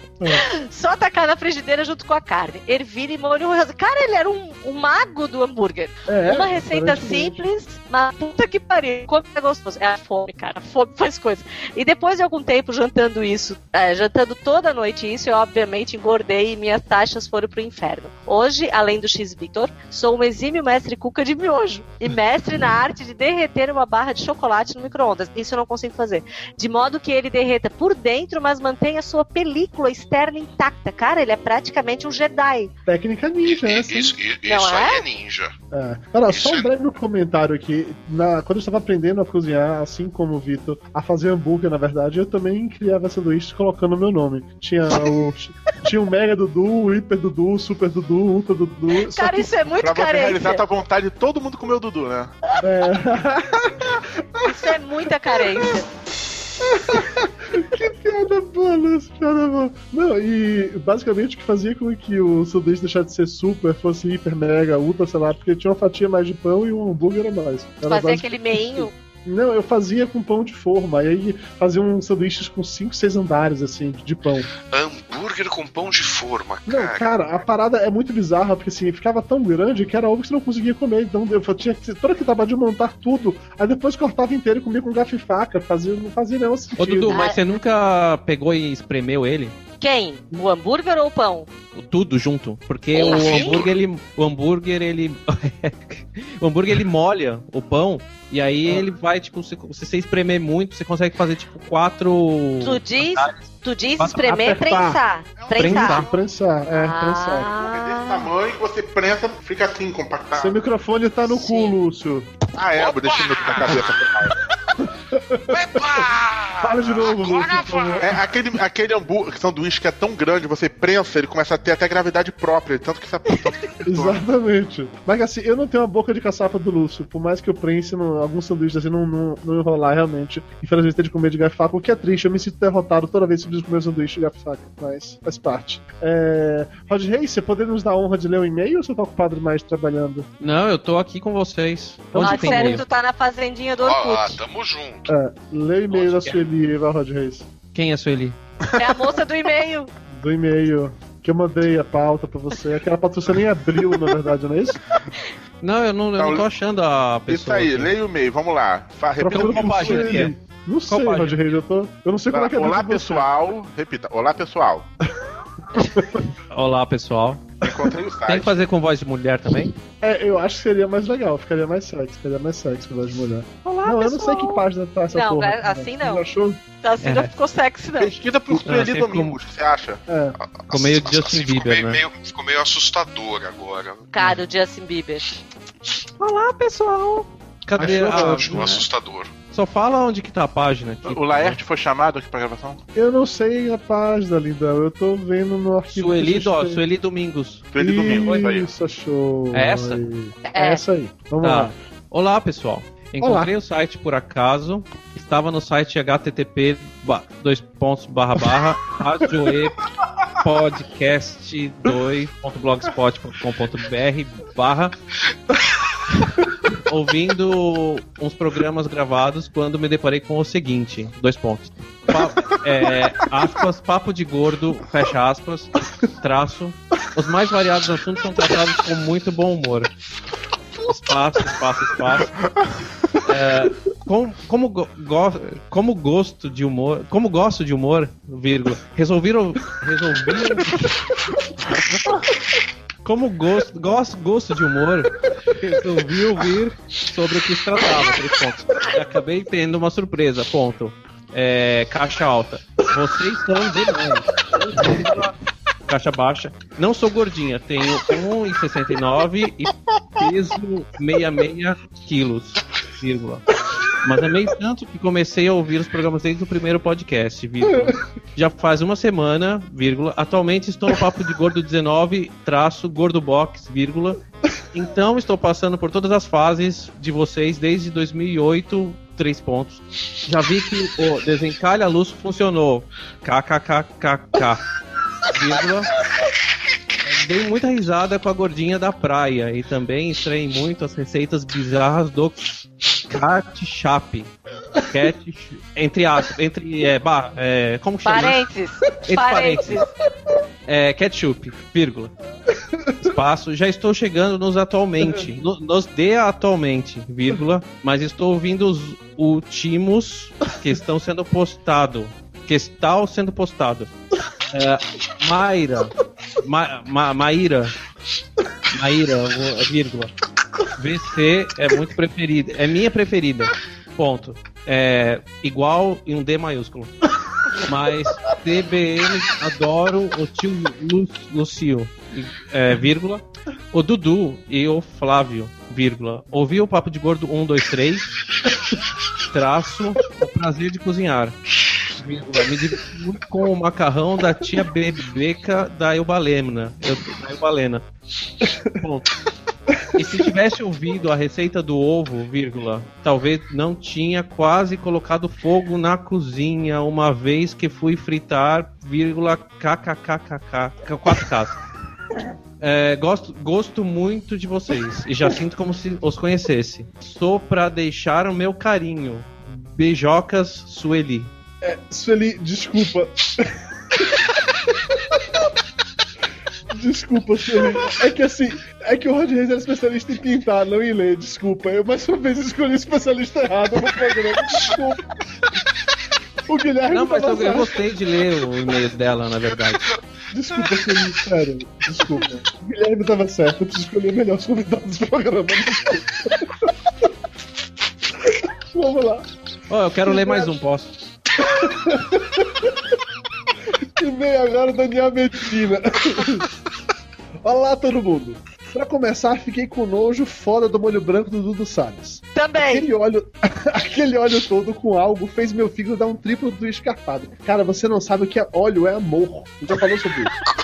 D: Só tacar na frigideira junto com a carne. Ervilha e molho. rosa. Cara, ele era um, um mago do hambúrguer.
B: É,
D: Uma receita
B: aparentemente.
D: simples, mas puta que pariu. Como é gostoso. É a fome, cara. A fome *laughs* faz coisa. E depois de algum tempo jantando isso, é, jantando toda noite isso, eu obviamente engordei e minhas taxas foram pro inferno. Hoje, além do X-Victor, sou um exímio mestre cuca de miojo. E mestre na arte de derreter uma barra de chocolate no micro-ondas. Isso eu não consigo fazer. De modo que ele derreta por dentro, mas mantém a sua película externa intacta. Cara, ele é praticamente um Jedi.
B: Técnica ninja, é assim.
F: Isso, i-
D: Não
F: isso
D: é?
F: aí é ninja.
B: É. Olha, só
F: Isso.
B: um breve comentário aqui. Na- quando eu estava aprendendo a cozinhar, assim como o Vitor, a fazer hambúrguer, na verdade, eu também criava sanduíches colocando o meu nome. Tinha o, *laughs* tinha o Mega Dudu, o Hiper Dudu, o Super Dudu, o Ultra Dudu. só
D: Cara, isso é muito
C: pra você realizar tá-
D: carência.
C: a tua vontade, todo mundo comeu o Dudu, né?
B: que, é,
D: Isso é muita carência.
B: que piada boa, Lúcio, piada boa. Não, e basicamente o que fazia com que o sanduíche deixasse de ser super, fosse hiper, mega, ultra, sei lá, porque tinha uma fatia mais de pão e um hambúrguer a mais. Era
D: Fazer
B: basicamente
D: aquele meinho.
B: Não, eu fazia um com pão de forma. E aí fazia uns sanduíches com 5, 6 andares, assim, de pão.
F: hambúrguer com pão de forma,
B: Não,
F: cara.
B: cara, a parada é muito bizarra, porque assim, ficava tão grande que era ovo que você não conseguia comer. Então eu tinha que. Toda que tava de montar tudo, aí depois cortava inteiro e comia com garfo e faca. Fazia, não fazia nenhum sentido.
E: Ô, Dudu, mas
D: Ah.
E: você nunca pegou e espremeu ele?
D: Quem? O hambúrguer ou o pão?
E: Tudo junto. Porque
F: Como
E: o
F: assim?
E: hambúrguer, ele. O hambúrguer, ele. *laughs* o hambúrguer, ele molha o pão. E aí ele vai, tipo, se, se você espremer muito, você consegue fazer, tipo, quatro.
D: Tu diz, tu diz
E: Passa-
D: espremer,
B: apertar.
D: prensar. Prensar.
B: Prensar, é, prensar.
C: É desse
D: Ah,
C: tamanho que você prensa, fica assim, compactado.
B: Seu microfone tá no cu,
D: Sim.
B: Lúcio.
C: Ah, é,
F: Opa!
C: vou deixando aqui na cabeça.
F: Epa!
B: Fala de novo, Lúcio.
F: Agora
B: por favor.
F: vai!
C: É, aquele, aquele hambúrguer, sanduíche que é tão grande, você prensa, ele começa a ter até gravidade própria, tanto que
B: *laughs*
C: essa puta
B: Exatamente. Mas assim, eu não tenho a boca de caçapa do Lúcio. Por mais que eu prense no, alguns sanduíches assim, não, não, não enrolar realmente. Infelizmente, tem de comer de garfo e faca, o que é triste. Eu me sinto derrotado toda vez que eu preciso comer um sanduíche de garfo e faca. Mas faz parte. É... Rod Reis, você poderia nos dar a honra de ler um e-mail ou você tá ocupado demais trabalhando?
E: Não, eu tô aqui com vocês. Onde
D: ah,
E: tem
D: sério,
E: meio?
D: tu tá na fazendinha do
F: Ó lá,
D: Orkut.
F: tamo junto.
B: É, lê o e-mail
E: Lógico
B: da
E: que é.
B: Sueli, vai, Rod Reis.
E: Quem é Sueli?
D: É a moça do e-mail.
B: Do e-mail. Que eu mandei a pauta pra você. Aquela pauta que você nem abriu, na verdade, não é isso?
E: Não, eu não, eu
C: Não,
E: não tô achando a pessoa.
C: Isso aí,
E: aqui.
C: leia o e-mail, vamos lá. Fa- Repita
B: Procura um
E: qual
B: por
E: página
B: Sueli.
E: que é?
B: Não sei,
E: página?
B: Rod Reis, eu tô. Eu não sei como é
C: Vai lá,
B: que é a
C: Olá
B: vida de você.
C: pessoal, repita, olá pessoal.
E: Olá, pessoal.
C: Encontrei o
E: *laughs* Tem que
C: site.
E: fazer com voz de mulher também?
B: É, eu acho que seria mais legal, ficaria mais sexy, ficaria mais sexy com a voz de mulher.
D: Olá,
B: não, eu não
D: pessoal.
B: sei que página tá essa
D: Não,
B: porra.
D: é- assim não.
B: Você achou?
D: Assim
E: É.
D: não ficou sexy, não.
C: Pesquisa por Sueli
E: sempre Ah, como-
C: Domingos, o que você acha?
B: É.
E: Ficou meio
F: Assim,
E: Justin
F: ficou
E: Bieber,
F: meio-
E: né?
F: meio- ficou meio assustador agora.
D: Cara, o Justin Bieber.
E: Olá, pessoal. Cadê?
B: Achou,
E: a-
F: Continua assustador.
E: Só fala onde que tá a página aqui.
C: O Laerte foi chamado aqui pra gravação?
B: Eu não sei a página, lindão. Eu tô vendo no arquivo.
E: Sueli,
B: que a
E: do,
B: gente
E: Sueli Domingos.
B: tem.
C: Sueli Domingos, isso aí.
B: Isso, achou.
E: É essa?
B: Aí. É.
D: É.
B: essa aí. Vamos
E: Tá.
B: lá.
E: Olá, pessoal. Encontrei o site por acaso. Estava no site http ba- dois pontos barra barra *laughs* radioe podcast 2.blogspot.com.br barra ouvindo uns programas gravados quando me deparei com o seguinte, dois pontos. Pa- é, aspas, papo de gordo, fecha aspas, traço. Os mais variados assuntos são tratados com muito bom humor. Espaço, espaço, espaço. É, com- como, go- go- como gosto de humor, como gosto de humor, vírgula, resolviram, resolviram. Como gosto, gosto, gosto de humor, resolvi ouvir sobre o que se tratava. três pontos. E Acabei tendo uma surpresa. Ponto. É, caixa alta. Vocês são demais. Caixa baixa. Não sou gordinha, tenho 1,69 e peso 66 quilos, vírgula. Mas amei tanto que comecei a ouvir os programas desde o primeiro podcast, vírgula. Já faz uma semana, vírgula. Atualmente estou no Papo de Gordo 19, traço, Gordo Box, vírgula. Então estou passando por todas as fases de vocês desde 2008, três pontos. Já vi que o desencalha a luz funcionou. KKKKK, vírgula. Dei muita risada com a gordinha da praia e também estranhei muito as receitas bizarras do ketchup. Ketchup, entre aspas, entre é, ba- é, como que chama?
D: Parênteses.
E: Entre
D: Parênteses.
E: É, ketchup, vírgula. Espaço, já estou chegando nos atualmente. no- nos de atualmente, vírgula. Mas estou ouvindo os últimos que estão sendo postado. Que estão sendo postado. É, Mayra. Ma, Ma- Maíra. Maíra, o- é vírgula. VC é muito preferida. É minha preferida. Ponto. É igual e um D maiúsculo. Mas TBN, adoro o tio Lu, Lucio, é, vírgula. O Dudu e o Flávio, vírgula. Ouvi o Papo de Gordo 1, 2, 3, traço, o prazer de cozinhar. Vírgula. Me divirto muito com o macarrão da tia Bebeca da Eubalena. Eu, da Eubalena. Ponto. E se tivesse ouvido a receita do ovo, vírgula, talvez não tinha quase colocado fogo na cozinha uma vez que fui fritar, vírgula, kkkkkk, quatro casas. É, gosto, gosto muito de vocês e já sinto como se os conhecesse. Sou pra deixar o meu carinho. Beijocas Sueli.
B: Sueli, desculpa. Desculpa, Silly. É que assim, é que o Rod Reis era especialista em pintar, não em ler, desculpa. Eu mais uma vez escolhi o especialista errado no programa, desculpa. O Guilherme
E: Não, mas eu, eu
B: Salazar.
E: gostei de ler o e-mail dela, na verdade.
B: Desculpa, Silly, sério. Desculpa. O Guilherme tava certo, eu preciso escolher melhor os convidados do programa. Desculpa. Vamos lá.
E: Ó, eu quero ler mais um, posso?
B: E vem agora o Daniel Medina. *laughs* Olá, todo mundo. Pra começar, fiquei com nojo foda do molho branco do Dudu Salles.
D: Também.
B: Aquele óleo, *laughs* aquele óleo todo com algo fez meu fígado dar um triplo do escarpado. Cara, você não sabe o que é óleo, é amor. A gente Já falou sobre isso.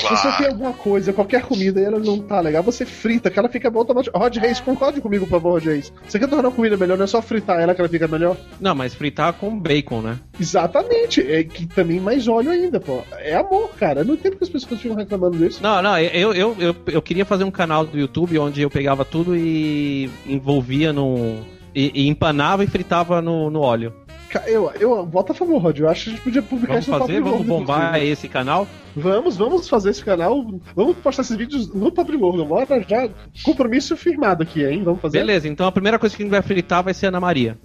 B: Se você tem
F: claro.
B: alguma coisa, qualquer comida e ela não tá legal, você frita, que ela fica bom automaticamente. Rod Reis, concorde comigo, por favor, Rod Reis. Você quer tornar a comida melhor, não é só fritar ela que ela fica melhor?
E: Não, mas fritar com bacon, né?
B: Exatamente, é que também mais óleo ainda, pô. É amor, cara. Não tem porque as pessoas ficam reclamando disso.
E: Não, não, eu, eu, eu, eu queria fazer um canal do YouTube onde eu pegava tudo e envolvia num. E, e empanava e fritava no, no óleo.
B: Ca- Eu, eu voto a favor, Rod. Eu acho que a gente podia publicar
E: Vamos
B: isso no Papo
E: fazer? Vamos
B: Gordo,
E: bombar
B: inclusive.
E: esse canal?
B: Vamos, vamos fazer esse canal. Vamos postar esses vídeos no Papo Gordo. Bora já. Compromisso firmado aqui, hein? Vamos fazer?
E: Beleza, então a primeira coisa que a gente vai fritar vai ser a Ana Maria.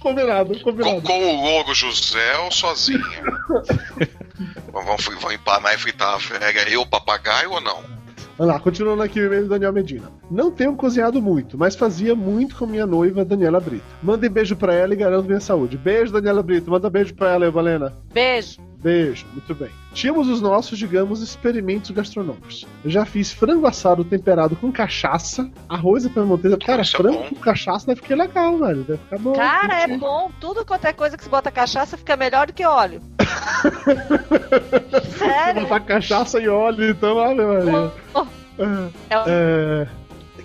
B: Combinado,
F: Com,
B: combinado.
F: com o logo José
B: *laughs*
F: ou sozinha? vão, vão, fri- vão empanar e né? fritar a fera eu, papagaio ou não?
B: Vamos lá, continuando aqui o e-mail do Daniel Medina. Não tenho cozinhado muito, mas fazia muito com minha noiva, Daniela Brito. Mandem beijo pra ela e garanto minha saúde. Beijo, Daniela Brito. Manda beijo pra ela, Valena.
D: Beijo.
B: Beijo, muito bem. Tínhamos os nossos, digamos, experimentos gastronômicos. Eu já fiz frango assado temperado com cachaça, arroz e piemontesa. Cara,
F: Isso é
B: frango
F: bom.
B: com cachaça deve ficar legal, velho. Deve ficar bom.
D: Cara, é bom. Tudo quanto é coisa que se bota cachaça fica melhor do que óleo.
B: Vou
D: Sério.
B: botar cachaça e óleo, então, olha, velho.
D: Oh, É o-
B: É,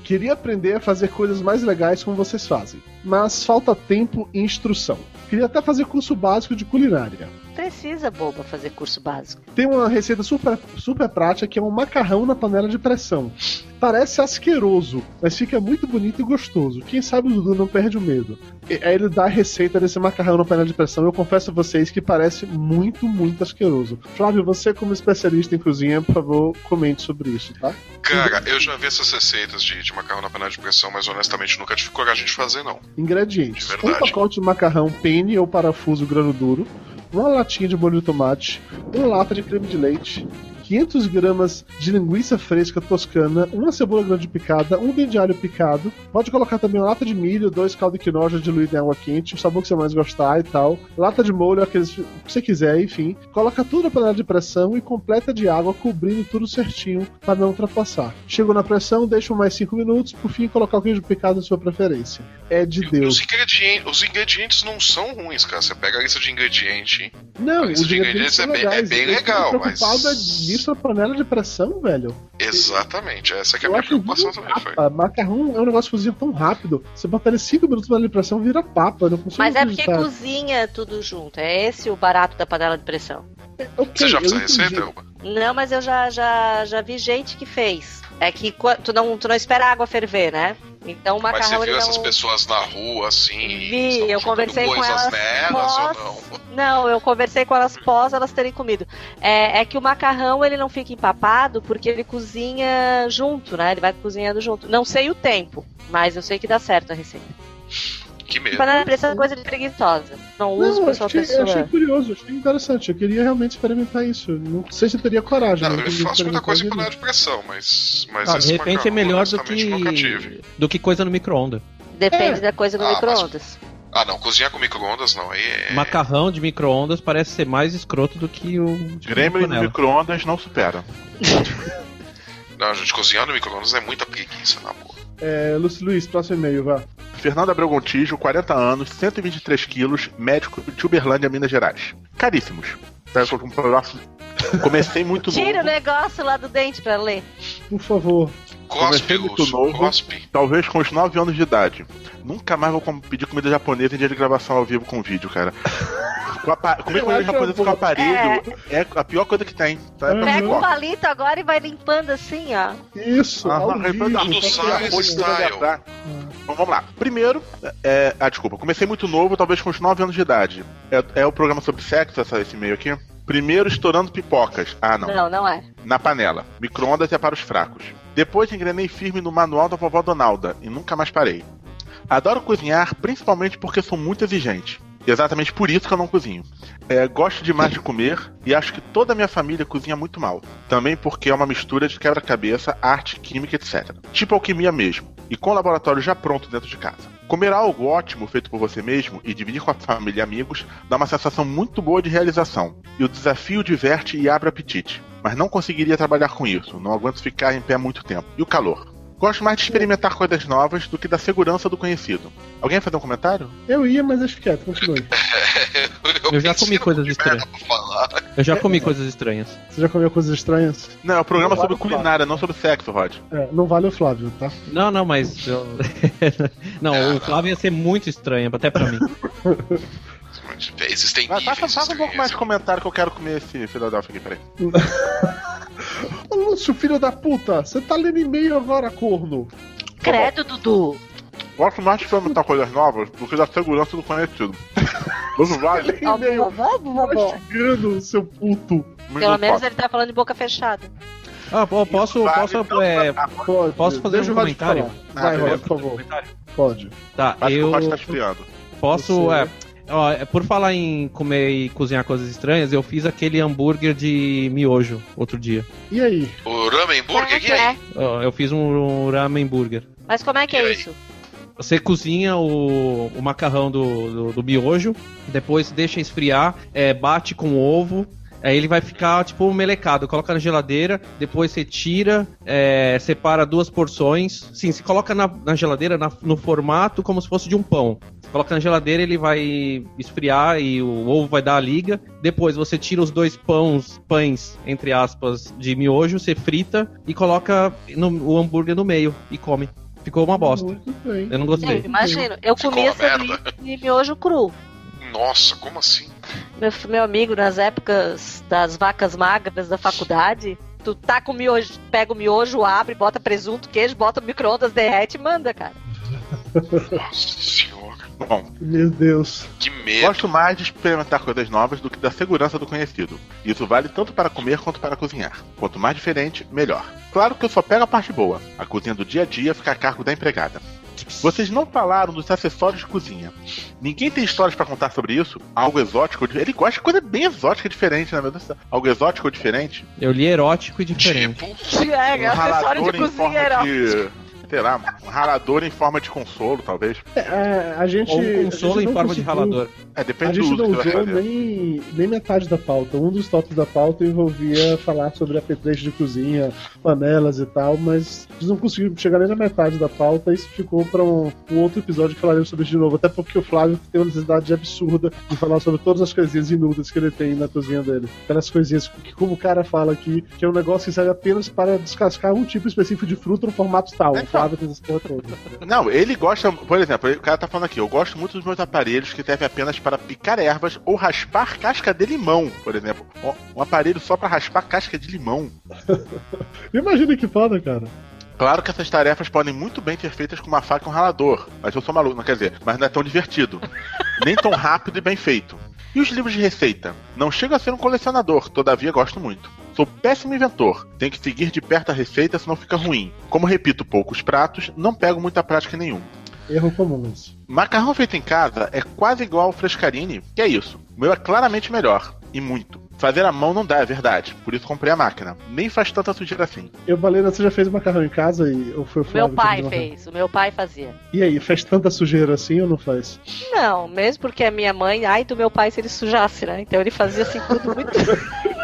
B: queria aprender a fazer coisas mais legais como vocês fazem, mas falta tempo e instrução. Queria até fazer curso básico de culinária.
D: Precisa, boba, fazer curso básico.
B: Tem uma receita super, super prática que é um macarrão na panela de pressão. Parece asqueroso, mas fica muito bonito e gostoso. Quem sabe o Dudu não perde o medo. E, aí ele dá a receita desse macarrão na panela de pressão. Eu confesso a vocês que parece muito, muito asqueroso. Flávio, você como especialista em cozinha, por favor, comente sobre isso, tá?
F: Cara, eu já vi essas receitas de, de macarrão na panela de pressão, mas honestamente nunca tive coragem de fazer, não.
B: Ingredientes:
F: De
B: um
F: verdade.
B: pacote de macarrão penne ou parafuso grano duro, uma latinha de molho de tomate, uma lata de creme de leite, 500 gramas de linguiça fresca toscana, uma cebola grande picada, um dente de alho picado. Pode colocar também uma lata de milho, dois caldo de quinoa já diluído em água quente, o sabor que você mais gostar e tal. Lata de molho, aqueles o que você quiser, enfim. Coloca tudo na panela de pressão e completa de água, cobrindo tudo certinho para não ultrapassar. Chegou na pressão, deixa mais 5 minutos, por fim colocar o queijo picado da sua preferência. É de
F: E Os
B: Deus.
F: ingredientes, os ingredientes não são ruins, cara. Você pega a lista de ingrediente.
B: Não,
F: Isso
B: os
F: de ingredientes
B: ingredientes são
F: é bem- é
B: legais.
F: bem
B: Eu fico
F: legal, mas-
B: preocupado é nisso na panela de pressão, velho.
F: Exatamente. Essa que é a
B: Eu
F: minha
B: acho
F: preocupação
B: que
F: também. Foi.
B: papa. Macarrão é um negócio que cozinha tão rápido. Você botar ele 5 minutos na panela de pressão, vira papa. Eu não consigo
D: Mas é porque
B: acreditar.
D: cozinha tudo junto. É esse o barato da panela de pressão.
B: Ok,
F: Você já fez
B: eu
F: a
B: entendi.
F: receita, Elba?
D: Não, mas eu já, já, já vi gente que fez. É que qua- tu não, tu não espera a água ferver, né? Então o
F: Mas
D: macarrão
F: você
D: ele
F: viu
D: não...
F: essas pessoas na rua, assim?
D: Vi,
F: estavam
D: eu
F: jogando
D: conversei com
F: coisas
D: elas
F: nelas ou
D: pós-
F: não?
D: Não, eu conversei com elas pós elas terem comido. É, é que o macarrão ele não fica empapado porque ele cozinha junto, né? Ele vai cozinhando junto. Não sei o tempo, mas eu sei que dá certo a receita.
F: Que medo.
D: Panela de pressão é coisa de preguiçosa. Não uso
B: Não, eu
D: pra sua
B: achei, eu achei
D: pessoa.
B: curioso, eu achei interessante. Eu queria realmente experimentar isso. Não sei se eu teria coragem.
F: Não,
B: mas queria
F: eu faço muita
B: experimentar
F: coisa em panela
B: direito.
F: de pressão, mas. mas
E: Ah, de
F: esse
E: repente é
F: macarrão,
E: melhor do
F: honestamente, Nunca tive.
E: que, do que coisa no micro-ondas.
B: É.
D: Depende da coisa no
F: Ah, mas-
D: micro-ondas.
F: Ah, não, cozinhar com micro-ondas não. Aí é.
E: Macarrão de micro-ondas parece ser mais escroto do que o.
C: Grêmio no
E: panela.
C: micro-ondas não supera.
F: Não, gente, cozinhar no micro-ondas é muita preguiça, na boa.
B: É, Luci Luiz, próximo e-mail, vá.
C: Fernando Abreu Gontijo, 40 anos, 123 quilos, médico de Uberlândia, Minas Gerais. Caríssimos. Deve ser um pedaço- Comecei muito
D: Tira né? o
C: novo,
D: negócio lá do dente pra ler.
B: Por favor.
F: Cospe,
C: Comecei muito
F: Lúcio,
C: novo.
F: cospe. *laughs*
C: talvez com os 9 anos de idade. Nunca mais vou com- pedir comida japonesa em dia de gravação ao vivo com vídeo,
B: *laughs*
C: cara. Com apa- Comer comida
B: acho
C: japonesa com
B: bom. Uhum.
C: aparelho é. a pior coisa que tem. Tá? É pra
D: Pega um
C: pipoca.
D: palito agora e vai limpando assim, ó.
B: É Isso,
C: Ah,
B: ao
C: arrebentar
B: vivo,
F: tudo,
B: tá
F: sai,
B: gravando.
F: esse style.
C: Então
B: Uhum.
C: vamos lá. Primeiro, é, ah, desculpa, comecei muito novo, talvez com uns 9 anos de idade. É, é o programa sobre sexo, essa- esse meio aqui? Primeiro estourando pipocas. Ah, não.
D: Não, não é.
C: na panela. Micro-ondas é para os fracos. Depois engrenei firme no manual da vovó Donalda e nunca mais parei. Adoro cozinhar, principalmente porque sou muito exigente. E é Exatamente por isso que eu não cozinho. É, gosto demais de comer e acho que toda a minha família cozinha muito mal. Também porque é uma mistura de quebra-cabeça, arte, química, etc. Tipo alquimia mesmo. E com o laboratório já pronto dentro de casa. Comer algo ótimo feito por você mesmo e dividir com a família e amigos dá uma sensação muito boa de realização. E o desafio diverte e abre apetite. Mas não conseguiria trabalhar com isso, não aguento ficar em pé muito tempo. E o calor? Gosto mais de experimentar coisas novas do que da segurança do conhecido. Alguém vai fazer um comentário?
B: Eu ia, mas deixa quieto, continue.
E: Eu já
F: pensei
E: comi
F: num
E: coisas
F: monte de merda
E: estranhas.
F: pra falar.
E: Eu já comi coisas estranhas.
B: Você já comeu coisas estranhas?
C: Não, é um programa
B: Não,
C: sobre
B: não, não.
C: culinária, não sobre sexo, Rod.
B: É, não vale o Flávio, tá?
E: Não, não, mas. eu- *laughs* não, o Flávio ia ser muito estranho, até pra mim.
F: Existem
C: Mas
F: níveis.
C: passa, passa um pouco
F: estranhos.
C: mais de comentário que eu quero comer esse Philadelphia aqui, peraí.
B: Ô, Lúcio, filho da puta, você tá lendo e-mail agora, corno.
D: Credo, Dudu.
C: Gosto mais de experimentar coisas novas do que da segurança do conhecido. *laughs*
B: *laughs*
C: Tudo vale.
D: Tá
B: Lê e-mail,
D: Pelo
B: mastigando, seu puto.
C: Minuto,
D: menos
C: ó.
D: ele tá falando de boca fechada.
E: Ah, pô, posso.
C: Vale
E: posso
C: tanto
E: é,
C: pra- Ah,
B: Pode.
E: Posso fazer
B: Deixa
E: um
B: o Rod
E: comentário?
B: falar.
C: Ah,
B: Vai, Rod,
C: beleza.
B: por
E: um
B: favor. Pode.
E: tá,
C: Acho que o
E: eu
C: Rod tá esfriando.
E: posso.
B: Você-
E: é, ó, é, por falar em comer e cozinhar coisas estranhas, eu fiz aquele hambúrguer de miojo outro dia.
B: E aí?
F: O Ramen Burger,
D: Como
F: e aí?
D: é que é?
E: Ó, Eu fiz um ramen burger.
D: Mas como é que
F: E
D: é
F: aí?
D: isso?
E: Você cozinha o, o macarrão do, do, do miojo, depois deixa esfriar, é, bate com ovo, aí ele vai ficar tipo melecado. Coloca na geladeira, depois você tira, é, separa duas porções. Sim, você coloca na, na geladeira na- no formato como se fosse de um pão. Você coloca na geladeira, ele vai esfriar e o ovo vai dar a liga. Depois você tira os dois pães, pães entre aspas, de miojo, você frita e coloca no- o hambúrguer no meio e come. Ficou uma bosta.
B: Muito bem.
E: Eu
D: Eu
E: não gostei.
B: É.
D: imagino. Eu
F: Ficou
D: comi
F: uma
D: sanduíche de miojo cru.
F: Nossa, como assim?
D: Meu, meu amigo, nas épocas das vacas magras da faculdade, tu tá com miojo, pega o miojo, abre, bota presunto, queijo, bota no micro-ondas, derrete e manda, cara.
F: Nossa senhora.
C: Bom,
B: Meu Deus.
F: Que medo.
C: gosto mais de experimentar coisas novas do que da segurança do conhecido. Isso vale tanto para comer quanto para cozinhar. Quanto mais diferente, melhor. Claro que eu só pego a parte boa. A cozinha do dia a dia fica a cargo da empregada. Vocês não falaram dos acessórios de cozinha. Ninguém tem histórias pra contar sobre isso? Algo exótico. Ele gosta de coisa bem exótica e diferente, né? Meu Deus do céu. Algo exótico ou diferente? Um
E: Eu li erótico e diferente.
F: Tipo,
D: É, é acessório de cozinha, era.
C: de. Sei lá, um ralador em forma de consolo, talvez.
B: É, é, a gente.
E: Ou um
B: a
E: consolo
B: gente
E: em
B: não
E: forma de
B: conseguiu-
E: ralador.
C: É,
B: A
C: depende do
B: gente
C: uso
B: não
C: que é você vai
B: usou
C: fazer.
B: nem, nem metade da pauta. Um dos tópicos da pauta envolvia falar sobre apetrechos de cozinha, panelas e tal, mas eles não conseguimos chegar nem na metade da pauta. Isso ficou para um, um outro episódio que falaremos sobre isso de novo. Até porque o Flávio tem uma necessidade absurda de falar sobre todas as coisinhas inúteis que ele tem na cozinha dele. Aquelas coisinhas que, como o cara fala aqui, que é um negócio que serve apenas para descascar um tipo específico de fruta no formato tal. O Flávio tem essa porra toda.
C: Não, ele gosta. Por exemplo, o cara tá falando aqui, eu gosto muito dos meus aparelhos que servem apenas para picar ervas ou raspar casca de limão, por exemplo. Ó, Um aparelho só pra raspar casca de limão.
B: Imagina que foda, cara.
C: Claro que essas tarefas podem muito bem ser feitas com uma faca e um ralador, mas eu sou maluco, não quer dizer, mas não é tão divertido. Nem tão rápido e bem feito. E os livros de receita? Não chego a ser um colecionador, todavia gosto muito. Sou péssimo inventor, tenho que seguir de perto a receita senão fica ruim. Como repito poucos pratos, não pego muita prática nenhuma.
B: Erro comum isso.
C: Macarrão feito em casa é quase igual ao frescarini, que é isso. O meu é claramente melhor, e muito. Fazer à mão não dá, é verdade, por isso comprei a máquina. Nem faz tanta sujeira assim.
B: Eu, Valena, você já fez macarrão em casa e, ou foi o
D: O
B: Flávio
D: meu
B: que
D: pai
B: fez macarrão?
D: fez, o meu pai fazia.
B: E aí, faz tanta sujeira assim ou não faz?
D: Não, mesmo porque a minha mãe, ai do meu pai se ele sujasse, né? Então ele fazia assim tudo muito.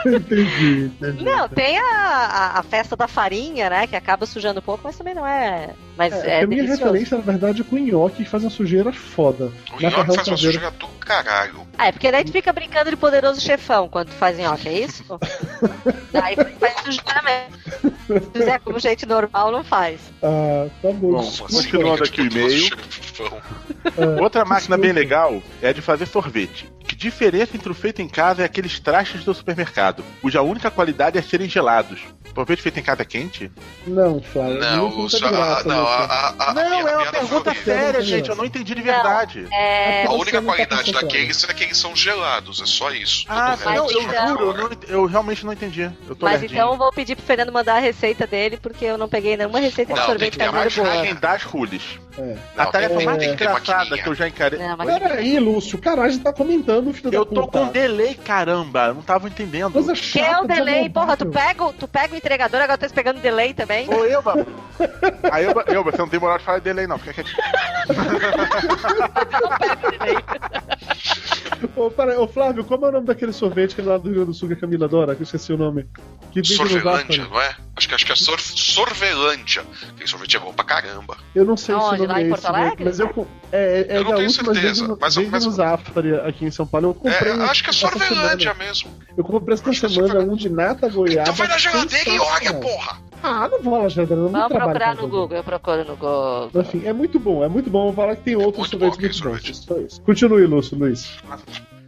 B: entendi, entendi.
D: Não, tem a, a, a festa da farinha, né? Que acaba sujando um pouco, mas também não é. Mas
B: É,
D: é,
B: a minha
D: delicioso.
B: referência, na verdade, é com o nhoque que faz uma sujeira foda.
F: o
B: Macarrão
F: Nhoque faz uma
B: caseiro.
F: sujeira do caralho.
D: Ah, é porque daí tu fica brincando de poderoso chefão quando tu faz nhoque, é
B: *laughs*
D: isso? daí faz sujeira mesmo. Se fizer como gente normal, não faz.
B: Ah, tá bom.
C: Bom,
F: Como
B: desculpa.
F: assim?
C: Continuando
F: Nhoque
C: aqui o
F: de poderoso
C: e-mail.
F: chefão?
C: Outra
B: desculpa.
C: máquina bem legal é a de fazer sorvete. Que diferença entre o feito em casa e aqueles trastes do supermercado, cuja única qualidade é serem gelados. Sorvete feito em casa é quente?
B: Não, Flávio.
F: Não,
B: não
F: Lúcio,
B: tem
F: a-
B: graça, né,
F: não,
B: Lúcio.
F: a, a, a- a
C: não,
F: Ah, minha
C: é uma
F: piada
C: pergunta
F: foi horrível.
C: séria,
B: Não.
C: gente. Eu não entendi de
D: Não.
C: verdade.
D: É,
F: A
B: Você
F: única
B: não tá
F: qualidade
B: concentrado.
F: daqueles é que eles são gelados, é só isso.
C: Ah,
F: Tudo o
D: mas
C: não,
F: resto
C: eu
F: é
D: então-
C: juro, eu, não ent- eu realmente não entendi. Eu tô
D: mas
C: lerdinho.
D: então eu vou pedir pro Fernando mandar a receita dele, porque eu não peguei nenhuma receita de
F: Não, tem
D: sorvete
F: que ter
D: caseiro
F: mais
D: É boa.
C: Além É das rules.
B: É.
F: Não,
C: a tarefa
F: tem-
C: mais
F: tem que ter
C: engraçada
F: maquininha.
C: que eu já encarei.
D: Não, mas-
B: Peraí, Lúcio, caralho, a gente tá comentando, filho
C: Eu
B: da
C: tô
B: puta.
C: com um delay, caramba. Eu não tava entendendo.
B: Coisa
D: Que é
B: chata, tá
D: o delay,
B: desagradável.
D: porra, tu pega, o- tu pega o entregador, agora tu tá pegando delay também.
C: Ô,
D: *laughs*
C: Elba. Aí, Elba, Elba, você não tem moral de falar de delay, não. Fica quietinho.
B: Ô, pera, ô, Flávio, como é o nome daquele sorvete que é lá do Rio Grande do Sul que a Camila adora? Que eu esqueci o nome. Que vende no
F: Sorvelândia,
B: Vasco, né?
F: não é? Acho que, acho que é sor, sorvelândia. Aquele sorvete é bom pra caramba.
B: Eu não sei
D: Aonde?
B: se o nome
D: Lá em
B: é
D: Porto
B: esse,
D: Alegre?
B: Mas eu, com- é, é, é
F: Eu não
B: da
F: tenho
B: última
F: certeza,
B: vende no-
F: mas eu-
B: vende
F: mas-
B: no Zafari aqui em São Paulo. Eu comprei
F: É,
B: um-
F: acho que é
C: tá
B: essa
F: sorvelândia
B: semana.
F: mesmo.
B: Eu comprei essa
F: Acho que é
B: semana
F: sorvelândia.
B: um de nata goiaba.
F: Então vai na geladeira e olha,
B: sensacional.
F: porra!
B: Ah, não vou na geladeira, não me
D: Vamos
B: trabalho
D: procurar
B: com
D: no
B: geladeira.
D: Google, eu procuro no Google.
B: Enfim, é muito bom, é muito bom. Vou falar que tem outros
F: muito
B: sorvetes
F: bom aquele
B: muito bons.
F: sorvete.
B: Só isso. Continue, Lúcio, Luiz.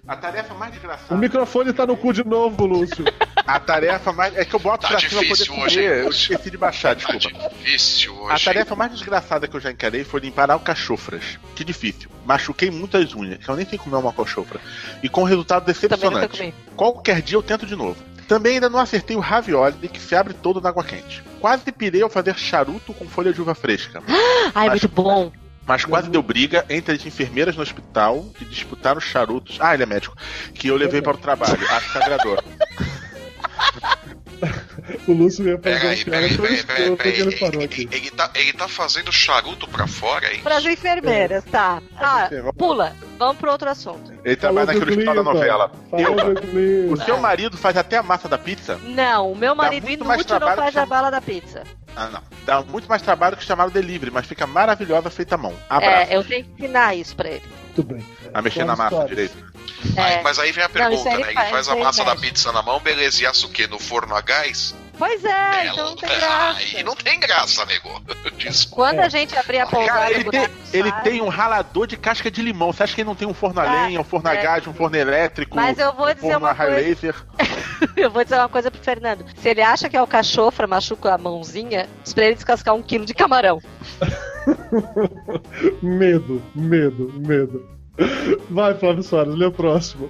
C: A tarefa mais
B: O
C: engraçada.
B: microfone tá no cu de novo, Lúcio.
C: A tarefa mais. É que eu boto
F: Tá
C: pra cima pra poder
F: difícil hoje,
C: comer.
F: hein?
C: Eu esqueci de baixar,
F: Tá
C: desculpa.
F: difícil hoje.
C: A
F: hein?
C: tarefa mais desgraçada que eu já encarei foi limpar alcachofras. Que difícil. Machuquei muitas unhas, que eu nem sei comer uma alcachofra. E com resultado
D: Também nunca
C: decepcionante.
D: comi.
C: Qualquer dia eu tento de novo. Também ainda não acertei o ravioli que se abre todo na água quente. Quase pirei ao fazer charuto com folha de uva fresca.
D: Ai, muito bom.
C: Mas quase deu briga entre as enfermeiras no hospital que disputaram os charutos. Ah, ele é médico. Que eu levei para o trabalho. Acho é sagrador.
B: O Lúcio ia fazer
F: Pera
B: uma
C: é
F: aí,
B: piada
F: pera aí,
B: tão
F: pera aí, pera aí,
B: escrota que
F: pera
B: ele
F: aí.
B: parou
F: Ele-
B: aqui.
F: Ele tá, ele tá fazendo charuto pra fora, hein?
D: Pras enfermeiras,
C: É.
D: tá. *laughs* Ah, pula, vamos pro outro assunto.
C: Ele trabalha
B: Falou do
C: naquele
F: tá
C: hospital
B: Clinton.
C: da novela.
B: Falou
C: Eu,
B: do Clinton.
C: o seu marido faz até a massa da pizza?
D: Não, o meu marido
C: muito mais
D: inútil não
C: trabalho
D: faz
C: que
D: a
C: chama-
D: bala da pizza.
C: Ah, não. Dá muito mais trabalho que chamar o delivery, mas fica maravilhosa feita à mão. Abraço.
D: É, eu tenho que ensinar isso pra ele.
B: Muito bem.
C: A mexer na
B: Boas
C: massa
B: histórias.
C: direito.
F: Aí-
D: É.
F: mas aí vem a pergunta,
D: isso aí
F: né? Ele
D: faz,
F: faz a
D: isso aí
F: massa da
D: faz.
F: pizza na mão, beleza, e assa o quê? No forno a gás?
D: Pois é,
F: Belo.
D: então não tem graça.
F: Aí não tem graça, nego. Desculpa.
D: Quando
B: É.
D: a gente abrir a pousada
C: Cara, ele
D: do
C: tem,
D: buraco do
C: ele
D: saco-
C: tem um ralador de casca de limão. Você acha que ele não tem um forno a
D: Ah,
C: lenha, um forno a
D: é.
C: gás, um forno elétrico,
D: Mas eu vou
C: um
D: dizer
C: forno a
D: uma
C: raio
D: coisa,
C: laser?
D: *laughs* eu vou dizer uma coisa pro Fernando. Se ele acha que é o cachofra machuca a mãozinha, diz pra ele descascar um quilo de camarão.
B: Medo, medo, medo. Vai, Flávio Soares, lê o próximo.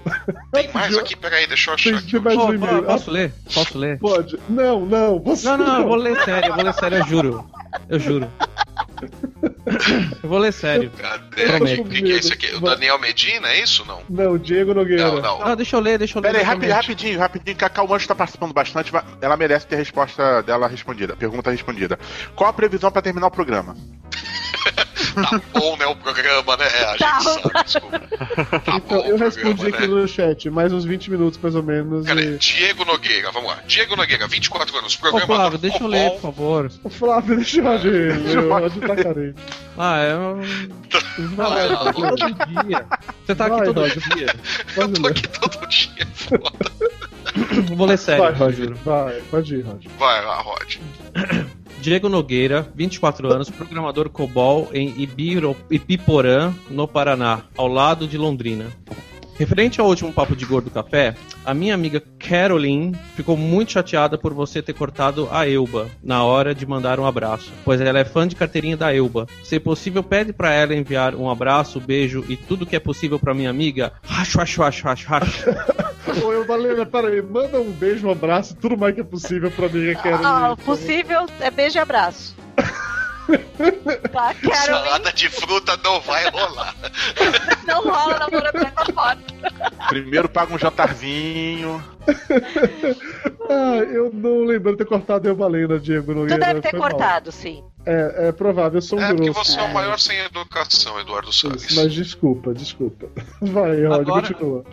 F: Tem mais aqui? Pera aí, deixa eu achar
B: Tem,
F: aqui.
B: tem mais
E: Pô,
B: um e-mail.
E: posso ler? Posso ler?
B: Ah, Pode. Não, não, você
E: Não, não, eu vou ler sério, eu vou ler sério, eu juro. Eu juro. Eu vou ler sério.
F: Cadê?
E: Prometo.
F: aqui? O que, que é isso aqui? O Daniel Medina, é isso? Não.
B: Não, Diego Nogueira.
F: Não, não.
E: Não, Ah, deixa eu ler, deixa eu ler.
C: Pera aí,
E: deixa eu
C: rapi-
E: ler.
C: rapidinho, rapidinho, que a Calmanjo tá participando bastante, mas ela merece ter a resposta dela respondida, pergunta respondida. Qual a previsão pra terminar o programa?
F: Tá bom, né? O programa, né? A gente
D: Tá.
F: sabe, desculpa. Tá
B: Então,
F: bom
B: eu
F: o programa,
B: respondi
F: né?
B: aqui no chat, mais uns 20 minutos mais ou menos.
F: Cadê?
B: E...
F: Diego Nogueira, vamos lá. Diego Nogueira, 24 anos,
E: Ô,
F: programa. tá
E: Flávio, deixa eu ler, por favor.
B: O Flávio, deixa eu agir. Eu ajo tá carente.
E: Ah, eu. Vai, eu tô aqui todo dia. Você tá aqui
B: Vai,
E: todo
B: Roger.
E: dia.
B: Pode
F: Eu tô
B: ler.
F: aqui todo dia, foda.
E: Eu Vou ler sério,
B: Vai,
E: eu
B: Roger.
E: juro.
B: Vai, pode ir, Roger.
F: Vai lá, Rod.
E: Diego Nogueira, 24 anos, programador COBOL em Ibiro, Ibiporã, no Paraná, ao lado de Londrina. Referente ao último papo de gordo café, a minha amiga Caroline ficou muito chateada por você ter cortado a Elba na hora de mandar um abraço, pois ela é fã de carteirinha da Elba. Se possível, pede pra ela enviar um abraço, beijo e tudo que é possível pra minha amiga. Racho, racho, racho, racho, racho.
B: Ô, eu falei, né, peraí, manda um beijo, um abraço, tudo mais que é possível pra mim, eu quero.
D: Ah, possível é beijo e
C: *laughs*
D: abraço. tá, Carolina,
F: Salada de fruta não vai rolar.
D: não rola namoro à plataforma.
C: Primeiro paga um jantarzinho.
B: Ah, eu não lembro de ter cortado eu balena, Diego
D: Tu
B: Nogueira.
D: deve ter
B: foi mal.
D: cortado, sim.
B: É, é provável, eu sou um
F: É porque
B: grosso.
F: você é o maior sem educação, Eduardo Salles.
B: Isso, mas desculpa, desculpa. *laughs* Vai, Roger,
E: Agora-
B: continua.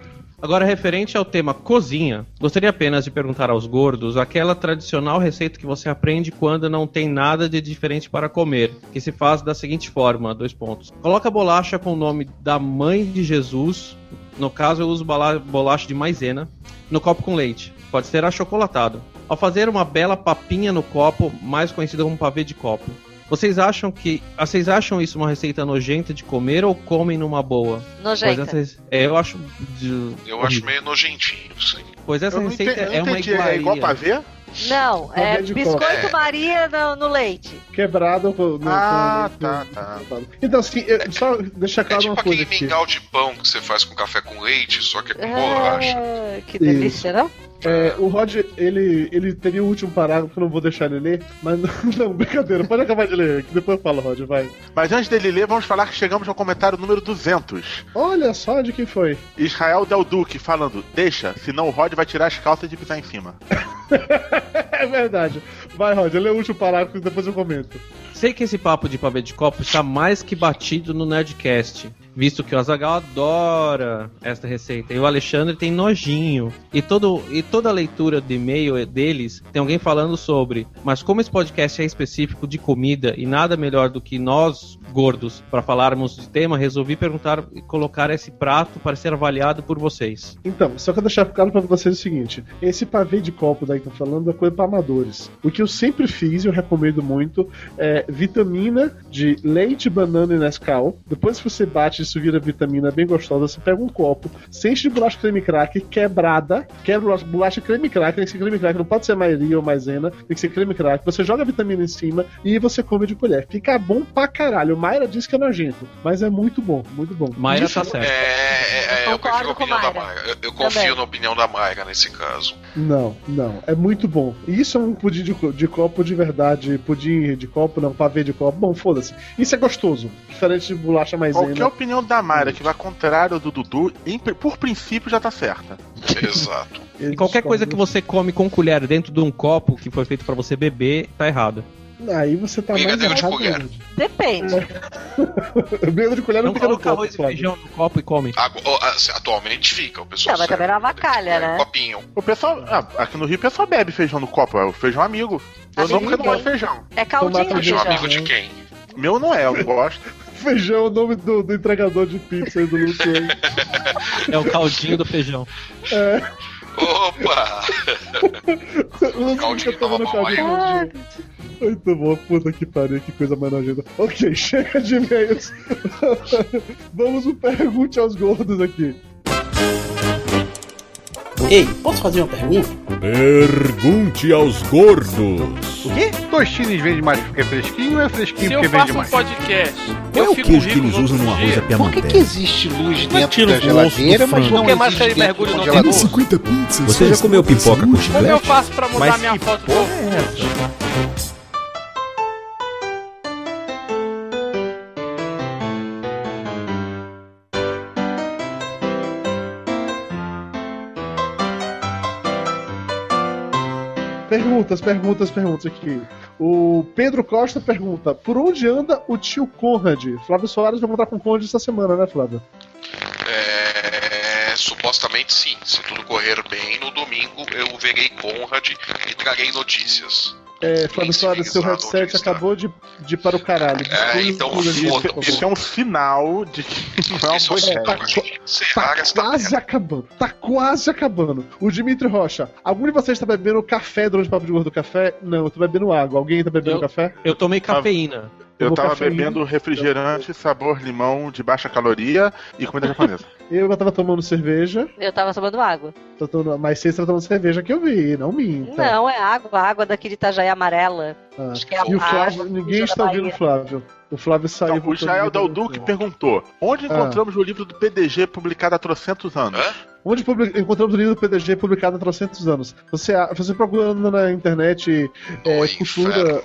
E: Agora, referente ao tema cozinha, gostaria apenas de perguntar aos gordos aquela tradicional receita que você aprende quando não tem nada de diferente para comer, que se faz da seguinte forma, dois pontos. Coloca a bolacha com o nome da mãe de Jesus, no caso eu uso bala- bolacha de maisena, no copo com leite. Pode ser achocolatado. Ao fazer uma bela papinha no copo, mais conhecida como pavê de copo. Vocês acham que. ah, Vocês acham isso uma receita nojenta de comer ou comem numa boa? Pois
D: Nojenta.
E: essa rece- é, eu acho. de-
F: Eu
E: horrível.
B: Uhum.
F: acho meio nojentinho, assim. sim.
E: Pois *laughs* essa
C: Eu não
E: receita
C: entendi, eu
E: é
C: não
E: uma
C: entendi. É
E: iguaria.
C: igual pavê?
D: Não,
B: É
D: é
B: de
D: biscoito
F: coco.
D: Maria no, no leite.
B: Quebrado. No, no-
C: Ah,
B: no-
C: tá,
B: no-
C: tá.
B: Então, assim, eu, só deixar
F: É
B: claro
F: tipo
B: uma coisa
F: aquele
B: aqui.
F: mingau de pão que você faz com café com leite, só que é com borracha.
D: Ah, que delícia, não?
B: É, o Rod, ele, ele teria o último parágrafo que eu não vou deixar ele ler, mas *laughs* não, não, brincadeira, pode acabar de ler, que depois eu falo, Rod, vai.
C: Mas antes dele ler, vamos falar que chegamos ao comentário número 200.
B: Olha só de quem foi.
C: Israel Del Duque falando: Deixa, senão o Rod vai tirar as calças de pisar em cima.
B: É verdade. Vai, Rod, lê o último parágrafo e depois eu comento.
E: Sei que esse papo de pavê de copo está mais que batido no Nerdcast, visto que o Azagal adora esta receita e o Alexandre tem nojinho. E, todo, e toda a leitura de e-mail deles tem alguém falando sobre. Mas como esse podcast é específico de comida e nada melhor do que nós, gordos, para falarmos de tema, resolvi perguntar e colocar esse prato para ser avaliado por vocês.
B: Então, só quero deixar claro pra vocês o seguinte: esse pavê de copo daí que eu tô falando é coisa pra amadores. O que eu sempre fiz, e eu recomendo muito, é vitamina de leite, banana e Nescau. Depois que você bate, isso vira vitamina bem gostosa. Você pega um copo, você enche de bolacha creme cracker, quebrada, quebra bolacha- bolacha creme cracker. Esse creme cracker não pode ser maioria ou maisena, tem que ser creme cracker. Você joga a vitamina em cima e você come de colher. Fica bom pra caralho. Mayra diz que é nojento, mas é muito bom, muito bom.
E: Mayra
B: Isso
E: tá
C: é,
E: certa.
F: É, é, é, eu prefiro a
D: Concordo com
F: opinião da
D: Mayra.
F: Mayra. Eu, eu confio
D: Também.
F: na opinião da Mayra nesse
D: *laughs*
F: caso.
B: Não, não. É muito bom. Isso é um pudim de, co- de copo de verdade. Pudim de copo, não, pavê de copo. Bom, foda-se. Isso é gostoso. Diferente de bolacha
E: é,
B: maisena.
E: né?
C: Qualquer é opinião da Mayra que vá contrária do Dudu, em- por princípio já tá certa.
F: Exato.
B: Eles
E: E qualquer coisa que
B: comem-
E: você come com colher dentro de um copo que foi feito para você beber, tá errado.
B: Aí você tá mais
F: Brigadeiro de
B: errado.
F: colher.
B: gente. *laughs*
D: Depende.
B: Brigadeiro de colher não,
E: Não
B: fica no
E: coloca
B: copo,
E: arroz e
B: Flávio.
E: feijão no copo e come.
F: Agu- ó, assim, Atualmente fica, o pessoal.
D: Não, mas também
F: serve
D: não avacalha,
F: um
D: né?
F: Copinho.
C: O pessoal, ah, aqui no Rio, o pessoal bebe feijão no copo, é o feijão amigo. Eu
D: Amigo
C: não, porque eu não
D: bom.
C: gosto de feijão.
D: É caldinho
B: Tomate
D: de
F: Feijão
B: feijão.
F: um amigo
D: feijão.
F: de quem?
C: Meu não é, eu não gosto.
B: Feijão é o nome do, do entregador de pizza aí do Luciano.
E: É o caldinho do feijão.
F: Opa!
B: Eu não sei o que eu tava no
F: Caldinho
B: caminho
D: Ah,
B: hoje. Muito bom, puta que pariu, que coisa mais nojenta. Ok, *laughs* chega de e-mails. *laughs* Vamos pro pergunte aos gordos aqui.
G: Ei, posso fazer uma pergunta?
A: Pergunte aos gordos.
H: O quê? Tostines vende mais porque é fresquinho ou é fresquinho
I: Se
H: porque
I: eu
H: vende
I: faço um
H: mais?
I: podcast,
A: Qual é
I: eu
A: o
I: fico
A: queijo que
I: rico
A: eles
I: no
A: usam
I: outro
A: no arroz
I: dia.
A: da
J: Por que,
A: Piamontese?
J: que existe luz dentro
A: tira
J: da
A: o osso do
J: geladeira, mas
A: frango.
J: não
I: Por que mais
J: existe
I: que ele
J: dentro
I: mergulha
J: do
I: no
J: congelador?
I: outro
J: pizzas.
A: Você já comeu pipoca com
I: Como eu
A: chiclete?
I: faço pra mudar
A: Mas
I: minha
A: que
I: foto do
A: porra é essa?
B: Perguntas, perguntas, perguntas aqui. O Pedro Costa pergunta: Por onde anda o tio Conrad? Flávio Soares vai encontrar com o Conrad essa semana, né, Flávio?
F: É, supostamente sim. Se tudo correr bem, no domingo eu verei Conrad e trarei notícias.
B: É, Flávio Soares, seu headset acabou de, de ir para o caralho.
F: É, então
B: Desculpa, tá por
F: foda-se.
B: favor.
C: Isso é um sinal de que *laughs* não é um
F: Isso
C: bom
F: é
B: tá-
F: Será
B: Tá
F: esta
B: quase acabando, tá quase acabando. O Dimitri Rocha, algum de vocês tá bebendo café durante o papo de gordo do café? Não, eu tô bebendo água. Alguém tá bebendo
E: Eu-
B: café?
E: Eu tomei cafeína.
C: Eu
B: vou
C: tava
B: cafeína.
C: bebendo refrigerante, sabor limão de baixa caloria e *laughs* comida japonesa.
B: Eu tava tomando cerveja,
D: Eu tava tomando água.
B: tô tomando, mas vocês estão tomando cerveja que eu vi, não minta.
D: Não, é água. Água daqui de Itajaí amarela.
B: Ah.
D: Acho que é a
B: E o
D: a
B: Flávio,
D: água que
B: ninguém
D: puxa
B: está
D: da
B: ouvindo o
D: Bahia.
B: Flávio. O Flávio saiu.
C: Então, o
B: voltou
C: Israel
B: de-
C: Del Duque né? perguntou: Onde encontramos o livro do PDG publicado há trocentos anos?
B: Onde publi- encontramos o livro do PDG publicado há 300 anos. Você, a- você procurando na internet é, cultura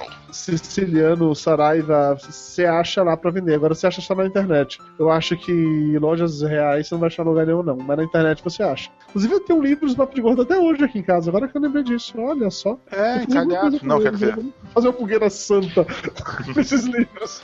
B: siciliano, Saraiva, você acha lá pra vender. Agora você acha só na internet. Eu acho que em lojas reais você não vai achar em lugar nenhum, não. Mas na internet você acha. Inclusive eu tenho um livro dos Papo de Gordo até hoje aqui em casa. Agora que eu lembrei disso. Olha só.
C: É,
B: Eu tenho muita coisa
C: encalhado.
B: pra
C: Não,
B: ler,
C: quer dizer,
B: vou Fazer uma fogueira santa *laughs* com esses livros.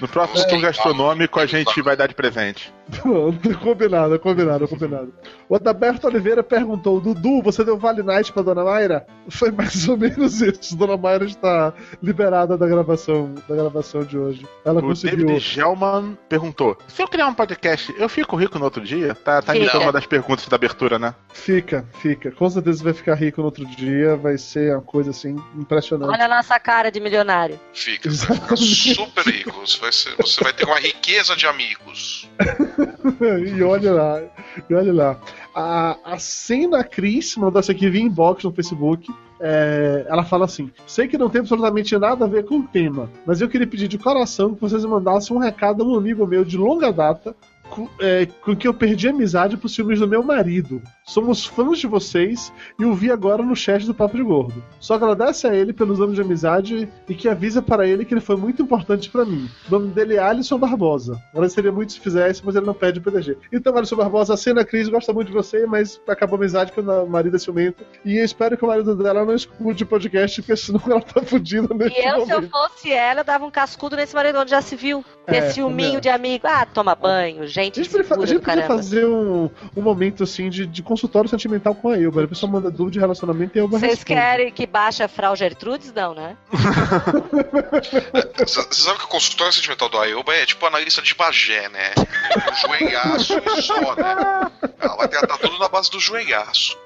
C: no próximo
F: É.
C: tour gastronômico a gente vai dar de presente.
B: Pronto, combinado, combinado, combinado. O Adalberto Oliveira perguntou: Dudu, você deu Vale Night pra Dona Mayra? Foi mais ou menos isso. Dona Mayra está liberada da gravação, da gravação de hoje. Ela
C: o
B: conseguiu.
C: David Gelman perguntou: Se eu criar um podcast, eu fico rico no outro dia? Tá, tá
D: Fica.
C: imitando uma das perguntas da abertura, né?
B: Fica, fica. Com certeza vai ficar rico no outro dia. Vai ser uma coisa assim impressionante.
D: Olha a nossa cara de
B: *laughs*
D: milionário.
F: Fica. Super rico. Você vai, ser- você vai ter uma riqueza de amigos.
B: *laughs* e olha lá, e olha lá. A, a Senna Cris mandou essa aqui via inbox no Facebook. É, ela fala assim: Sei que não tem absolutamente nada a ver com o tema, mas eu queria pedir de coração que vocês mandassem um recado a um amigo meu de longa data com, é, com que eu perdi a amizade pros filmes do meu marido. Somos fãs de vocês e o vi agora no chat do Papo de Gordo. Só agradece a ele pelos anos de amizade e que avisa para ele que ele foi muito importante pra mim. O nome dele é Alisson Barbosa. Agradeceria muito se fizesse, mas ele não pede o PDG. Então, Alisson Barbosa, a cena Cris gosta muito de você, mas acabou a amizade porque o marido é ciumento. E eu espero que o marido dela não escute o podcast, porque senão ela tá fudida nesse
D: E eu, se eu
B: momento.
D: fosse ela, eu dava um cascudo nesse marido onde já se viu. Ter
B: É, também.
D: ciúminho de amigo. Ah, toma banho, gente.
B: A gente, podia fa- a
D: segura
B: gente
D: do
B: podia
D: caramba.
B: fazer um, um momento assim de, de consultório sentimental com a Elba. A pessoa manda dúvida de relacionamento e a Elba
D: Vocês
B: responde.
D: querem que baixe a Frau Gertrudes?
B: *laughs*
D: Não, né?
F: Você você sabe que o consultório sentimental do Ayoba é tipo analista de Bagé, né? Um joelhaço e só, né? Ela vai tratar tudo na base do joelhaço.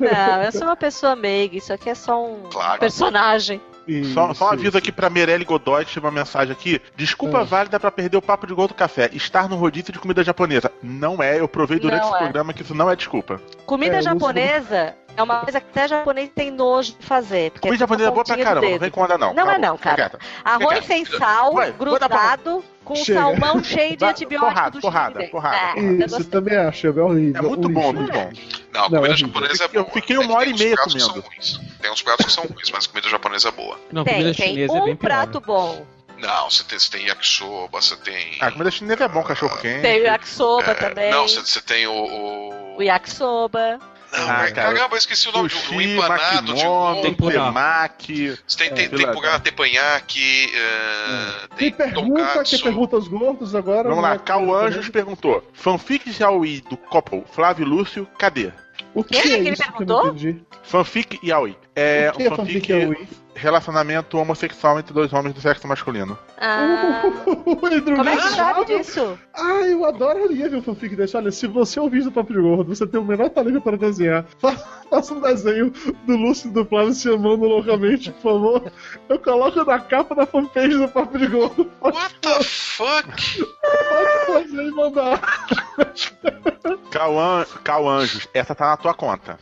D: Não, eu sou uma pessoa meiga. Isso aqui é só um
F: Claro.
D: personagem.
C: Só,
B: Isso,
C: só um aviso
B: isso.
C: aqui pra Mirelle Godoy, que chegou uma mensagem aqui. Desculpa
B: Ah.
C: válida pra perder o papo de gol do café. Estar no rodízio de comida japonesa. Não é, eu provei durante
D: Não
C: esse
D: é.
C: programa que isso não é desculpa.
D: Comida
B: É, eu não sou-
D: japonesa é uma coisa que até japonês tem nojo de fazer. Porque
C: comida
D: é tudo
C: japonesa é boa
D: pontinha
C: pra
D: do
C: caramba, não
D: dedo.
C: vem com onda não.
D: Não é
C: Acabou.
D: não, cara.
C: Fica quieta.
D: Arroz sem sal,
C: Ué, vou dar
D: grudado, com
B: Chega.
D: salmão cheio de
C: Vai,
D: antibiótico
C: porrada,
D: do
C: porrada,
D: Chile.
C: porrada,
D: É,
C: porrada.
D: eu
B: Isso, eu
D: gostei.
B: também acho, é horrível.
C: É muito
B: um
C: bom,
B: lixo.
C: muito bom.
F: Não, a
B: Não,
F: comida
B: é horrível.
F: japonesa é
C: Eu
F: boa.
C: fiquei
F: É que
C: uma hora
F: tem
C: e
F: uns
C: meia
F: pratos que
C: comendo.
F: são ruins. Tem uns pratos que são ruins, mas comida japonesa é boa.
E: Não, comida
D: Tem, tem
E: chinesa é
D: um
E: bem pior.
D: prato bom.
F: Não, você tem, você tem yakisoba, você tem.
C: A comida chinesa é bom, cachorro quente.
D: Tem o yakisoba
F: é,
D: também.
F: Não, você, você tem o. o...
D: O yakisoba.
F: Não,
C: Ah,
F: é-
C: cara,
F: caramba, eu esqueci o nome de um- um
C: Sushi,
F: empanado de um.
C: maquimono,
E: Tempurá.
C: temaki.
F: Você tem, tem
C: É, filé.
F: tempurá, tepanhaque, é,
B: Quem
F: tem
B: pergunta, quem
F: tonkatsu.
B: pergunta aos gordos agora.
C: Vamos
B: não
C: lá,
B: é-
C: Cal Anjos perguntou. Fanfic Yaoi do Couple, Flávio Lúcio, cadê?
B: O que
D: Quem é
B: é
D: que ele
B: isso que eu
D: perguntou?
B: não entendi?
C: Fanfic Yaoi. É
B: o que é
C: um fanfic,
B: fanfic Yaoi?
C: relacionamento homossexual entre dois homens do sexo masculino.
B: *laughs*
D: Ah, como é que sabe
B: Andrew
D: disso?
B: Ah, eu adoraria ver um fanfic desse. Olha, se você ouvir do Papo de Gordo, você tem o menor talento para desenhar, *laughs* fa- faça um desenho do Lúcio e do Flávio se amando loucamente, por favor. Eu coloco na capa da fanpage do Papo de Gordo. *laughs*
F: What the fuck?
B: Pode fazer e mandar.
C: Cauan, Cauanjos, essa tá na tua conta.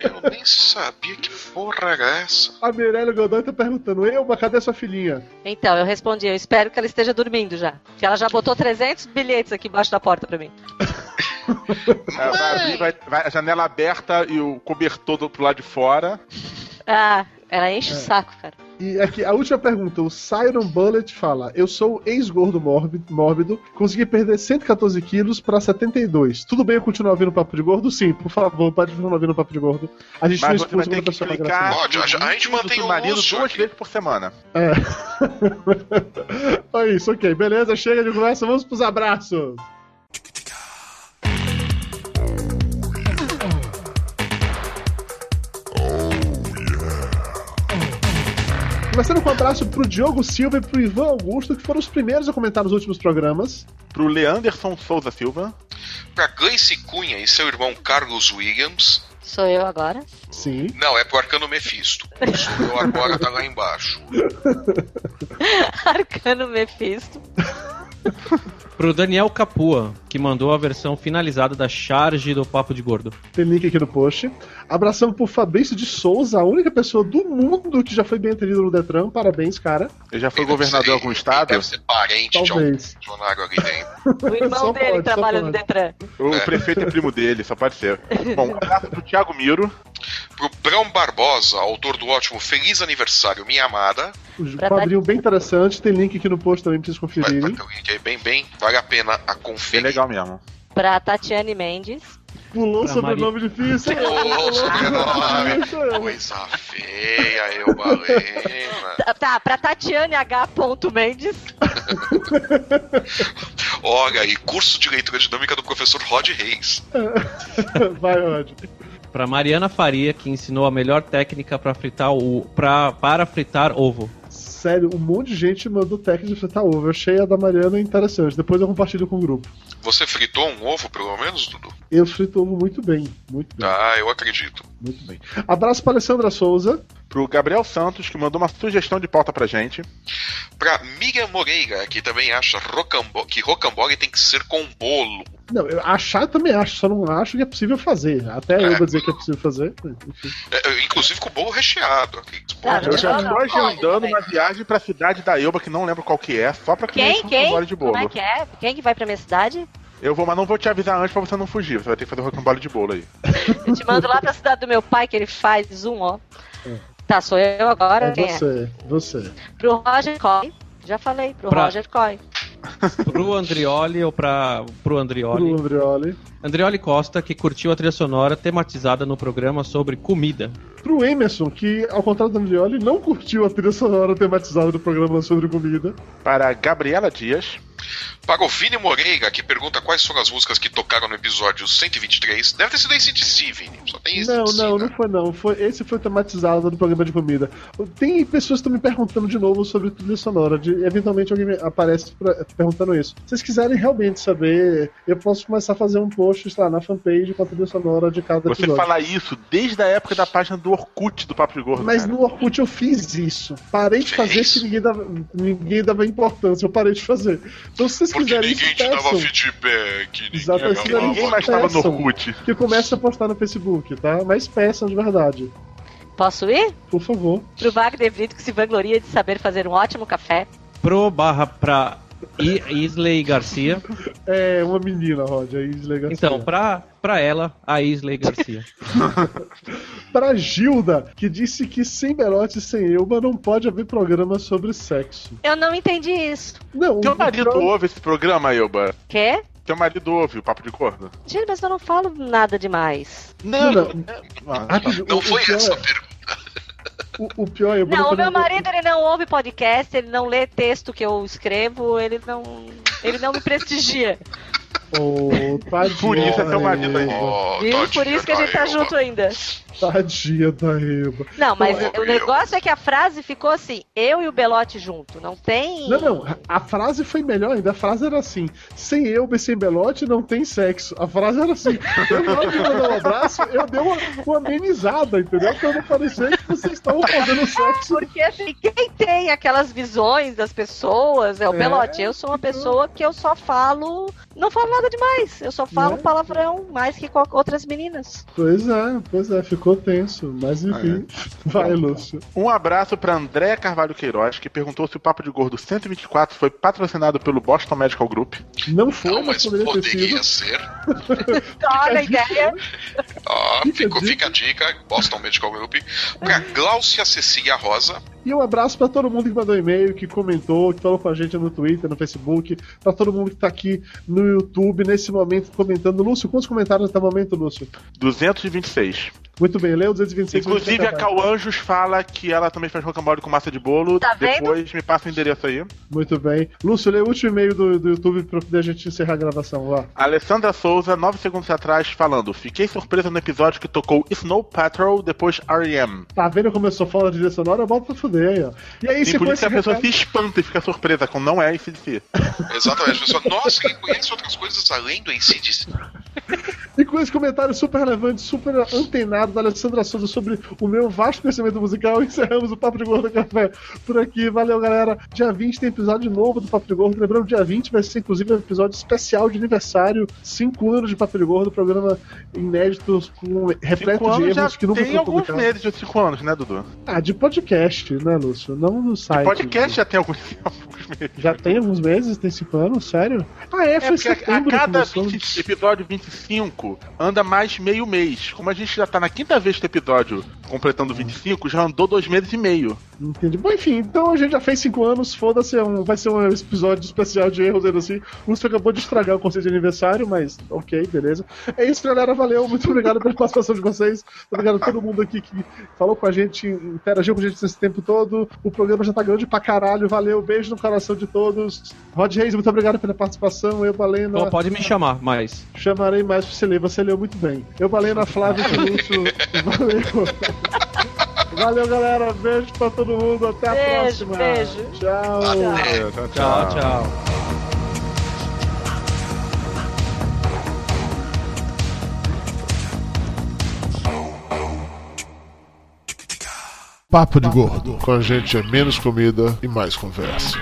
F: Eu nem sabia que porra era essa.
B: A Mirella Godoy tá perguntando: Elba, cadê sua filhinha?
D: Então, eu respondi, eu espero que ela esteja dormindo já. Que ela já botou 300 bilhetes aqui embaixo da porta pra mim.
C: É, Vai, vai abrir, vai- vai- a janela aberta e o cobertor do outro lado de fora.
D: Ah, ela enche
C: É.
D: o saco, cara.
B: E aqui, a última pergunta, o Siron Bullet fala: Eu sou um ex-gordo mórbi- mórbido, consegui perder 114 quilos pra 72. Tudo bem eu continuar ouvindo o papo de gordo? Sim, por favor, pode continuar ouvindo o papo de gordo. A gente não
C: Mas você vai
B: expulsa outra
C: ter que
B: pessoa na
C: clicar
B: graça.
F: Pode, a- a gente
C: no link do
F: mantém um
C: seu
F: o
C: marido
F: uso
C: duas
F: aqui.
C: vezes por semana.
B: *laughs* É isso, ok, beleza, chega de conversa, vamos pros abraços. Começando com um abraço pro Diogo Silva e pro Ivan Augusto, que foram os primeiros a comentar nos últimos programas.
C: Pro Leanderson Souza Silva.
F: Pra Gleice Cunha e seu irmão Carlos Williams.
D: Sou eu agora? *laughs*
B: Sim.
F: Não, é pro Arcano Mephisto. Sou eu agora, tá lá embaixo.
D: Arcano Mephisto.
E: Pro Daniel Capua, que mandou a versão finalizada da charge do Papo de Gordo.
B: Tem link aqui no post. Abração pro Fabrício de Souza, a única pessoa do mundo que já foi bem atendido no Detran. Parabéns, cara.
C: Ele já foi
F: Ele deve
C: governador de
F: ser-
C: algum estado.
F: Deve ser parente de algum
B: Talvez.
F: funcionário ali dentro.
D: O irmão
B: Só
D: dele
B: pode, só
D: trabalha no
B: pode.
D: Detran.
C: O
F: É.
C: prefeito é primo dele, só
F: *laughs*
C: pode ser. Bom, um abraço pro Thiago Miro.
F: Pro Brão Barbosa, autor do ótimo Feliz Aniversário, Minha Amada.
B: Um
D: Pra
B: quadrinho bem interessante. Tem link aqui no post também pra vocês
F: Vai, vai
B: conferirem.
F: ter o link aí é bem, bem. Vale a pena a
C: Bem
F: conferir.
C: legal mesmo.
D: Pra Tatiane Mendes.
B: Pulou
E: Pra
B: sobrenome difícil.
F: Ô,
B: *laughs*
F: sobrenome.
B: Sou eu.
F: Coisa feia, eu balena.
D: Tá, Tá, pra Tatiane H. Mendes.
F: Olha aí, curso de leitura dinâmica do professor Rod Reis.
B: *laughs* Vai, Rod.
E: Pra Mariana Faria, que ensinou a melhor técnica pra fritar o. Pra, para fritar ovo.
B: Sério, um monte de gente mandou tech de fritar ovo. Eu achei a da Mariana interessante. Depois eu compartilho com o grupo.
F: Você fritou um ovo, pelo menos, Dudu?
B: Eu frito ovo muito bem. Muito bem,
F: Ah, eu acredito.
B: muito bem. Abraço pra Alessandra Souza.
C: Pro Gabriel Santos, que mandou uma sugestão de pauta pra gente.
F: Pra Miriam Moreira, que também acha rocambo- que rocambole tem que ser com bolo.
B: Não, eu achar eu também acho, só não acho que é possível fazer. Até eu vou dizer que é possível fazer. enfim.
F: É, é, inclusive com bolo recheado. aqueles
D: Ah,
F: bolos.
C: Eu já
D: não,
C: tô
D: não,
C: agendando
D: olha,
C: uma viagem pra cidade da Elba, que não lembro qual que é, só pra comer
D: Quem?
C: esse
D: Quem?
C: rocambole de bolo.
D: Como é que é? Quem que vai pra minha cidade?
C: Eu vou, mas não vou te avisar antes pra você não fugir. Você vai ter que fazer o rocambole de bolo aí.
D: Eu te mando lá pra cidade do meu pai, que ele faz um, ó. Tá, sou eu agora.
B: É
D: Quem é?
B: você, você.
D: Pro Roger Coy. Já falei, pro
E: Pra-
D: Roger Coy.
E: Pro Andrioli ou pra, pro Andrioli.
B: Pro Andrioli.
E: Andrioli Costa, que curtiu a trilha sonora tematizada no programa sobre comida.
B: Pro Emerson, que, ao contrário do Andrioli, não curtiu a trilha sonora tematizada do programa sobre comida.
C: Para Gabriela Dias,
F: Para o Vini Moreira, que pergunta quais foram as músicas que tocaram no episódio 123. Deve ter sido ACDC, Vini. Só tem
B: Não,
F: AC/DC,
B: não,
F: né?
B: não foi não. Foi, esse foi tematizado no programa de comida. Tem pessoas que estão me perguntando de novo sobre trilha sonora. de- eventualmente alguém me aparece pra- perguntando isso. Se vocês quiserem realmente saber, eu posso começar a fazer um post sei lá, na fanpage com a trilha sonora de cada
C: você
B: episódio.
C: fala isso desde a época da página do Orkut do Papo de Gordo.
B: Mas
C: cara.
B: no Orkut eu fiz isso. Parei de fazer
F: Fez?
B: que ninguém dava, ninguém dava importância. Eu parei de fazer. Então, se vocês
F: Porque
B: quiserem
F: ninguém
B: isso,
F: te dava
B: peçam,
F: feedback, ninguém
B: Exato,
F: dava
B: esse daí
C: Ninguém mais tava no
B: Peçam.
C: Orkut.
B: que eu comece a postar no Facebook, tá? Mas peçam de verdade.
D: Posso ir?
B: Por favor.
D: Pro Wagner Brito, que se vangloria de saber fazer um ótimo café.
E: Pro barra pra I- Isley Garcia.
B: É uma menina, Rod. Aí legal.
E: Então, pra, pra ela, a Isley Garcia.
B: para Gilda, que disse que sem Belote e sem Elba não pode haver programa sobre sexo.
D: Eu não entendi isso.
B: Não,
C: Teu
B: o-
C: marido
B: o-
C: ouve esse programa, Elba?
D: Quê?
C: Teu marido ouve o Papo de Gordo?
D: Gente, mas eu não falo nada demais.
C: é-
B: Não, não.
C: Ah,
B: Rápido,
F: Não
B: o-
F: foi
B: o pior
F: essa a
B: é-
F: pergunta.
B: O, o pior é Elba,
D: Não, o
B: quando
D: meu
B: eu-
D: marido ele não ouve podcast, ele não lê texto que eu escrevo, ele não. Ele não me
B: *laughs*
D: prestigia.
B: Ô, tadinha.
C: Por isso é teu
B: da
C: marido aí.
B: Elba.
F: Oh,
D: Viu?
F: tadinha
D: Por isso que a gente tá
F: da
D: junto ainda.
B: Tadinha da Elba.
D: Não, mas
F: Não,
D: o
F: eu-
D: negócio é que a frase ficou assim: eu e o Belote junto. Não tem.
B: Não, não, a frase foi melhor ainda. A frase era assim: sem Elba e sem Belote não tem sexo. A frase era assim: eu não me mandou um abraço, eu dei uma, uma amenizada, entendeu? Pra não parecer que vocês estavam fazendo sexo
D: Porque assim, quem tem aquelas visões das pessoas é o
B: É.
D: Belote. Eu sou uma pessoa que eu só falo. Não falo nada demais. Eu só falo
B: É.
D: palavrão mais que qual- outras meninas.
B: Pois é, pois é, ficou tenso, mas
C: Ah,
B: enfim.
C: é.
B: Vai, Lúcio.
C: Um abraço pra André Carvalho Queiroz, que perguntou se o Papo de Gordo 124 foi patrocinado pelo Boston Medical Group.
B: Não
F: Elba.
B: foi,
F: Não,
B: mas
F: mas
B: poderia ter sido.
F: poderia ser.
D: Então,
B: *laughs*
D: Olha a ideia.
F: Ah,
B: Fica a
F: ficou- fica a dica, Boston Medical Group. Pra Glaucia Cecília Rosa,
B: E um abraço pra todo mundo que mandou e-mail, que comentou, que falou com a gente no Twitter, no Facebook, pra todo mundo que tá aqui no YouTube nesse momento comentando. Lúcio, quantos comentários até o momento, Lúcio?
C: 226.
B: Muito bem, leu 226.
C: Inclusive, a
B: comentários.
C: Cal Anjos fala que ela também faz rocambole com massa de bolo.
D: Tá vendo?
C: Depois me passa o endereço aí.
B: Muito bem. Lúcio, lê o último e-mail do, do YouTube pra poder a gente encerrar a gravação lá.
C: Alessandra Souza, 9 segundos atrás, falando: Fiquei surpresa no episódio que tocou Snow Patrol, depois R.E.M.
B: Tá vendo como eu sou foda de trilha sonora? Eu boto pra fuder aí, ó. E aí,
C: E
B: se
C: por
B: for
C: isso
B: esse
C: que a pessoa
B: recado-
C: se espanta e fica surpresa com não é ICDC.
F: exatamente. Pessoal, nossa, quem conhece outras coisas além do ACDC?
B: E com esse comentário super relevante, super antenado da Alessandra Souza sobre o meu vasto conhecimento musical, *laughs* encerramos o Papo de Gordo Café por aqui. Valeu, galera. Dia 20 tem episódio novo do Papo de Gordo. Lembrando, dia 20 vai ser inclusive um episódio especial de aniversário, 5 anos de Papo de Gordo, programa inédito com É repleto de erros que nunca
C: tem
B: foi
C: alguns
B: publicado.
C: meses de 5 anos, né, Dudu?
B: Ah, de podcast, né, Lúcio? Não no site.
C: O
B: é.
C: podcast já tem alguns, *laughs* alguns meses.
B: Já tem alguns meses, tem 5 anos, sério? Ah, é,
C: É
B: foi
C: porque a- a
B: setembro que
C: cada Tipo.
B: começou.
C: *laughs* 20 episódio 25 anda mais meio mês. Como a gente já tá na quinta vez do episódio completando 25, já andou dois meses e meio.
B: Entendi. Bom, enfim, então a gente já fez cinco anos, foda-se, é um- vai ser um episódio especial de erros ainda assim. O Lúcio acabou de estragar o conceito de aniversário, mas ok, beleza. É isso, galera, valeu, muito obrigado pela participação de vocês, muito obrigado a todo mundo aqui que falou com a gente, interagiu com a gente esse tempo todo. O programa já tá grande pra caralho, valeu, beijo no coração de todos. Rod Reis, muito obrigado pela participação, eu, Balena,
E: Então pode me chamar, mas.
B: chamarei mais pra você ler, você leu muito bem. Eu, Balena, Flávio, Lúcio, valeu. Valeu, galera. Beijo pra todo mundo. Até a
D: Beijo,
B: próxima.
D: beijo.
B: Tchau.
C: É, tchau,
E: Tchau, tchau.
B: Papo de Gordo. Com a gente é menos comida e mais conversa.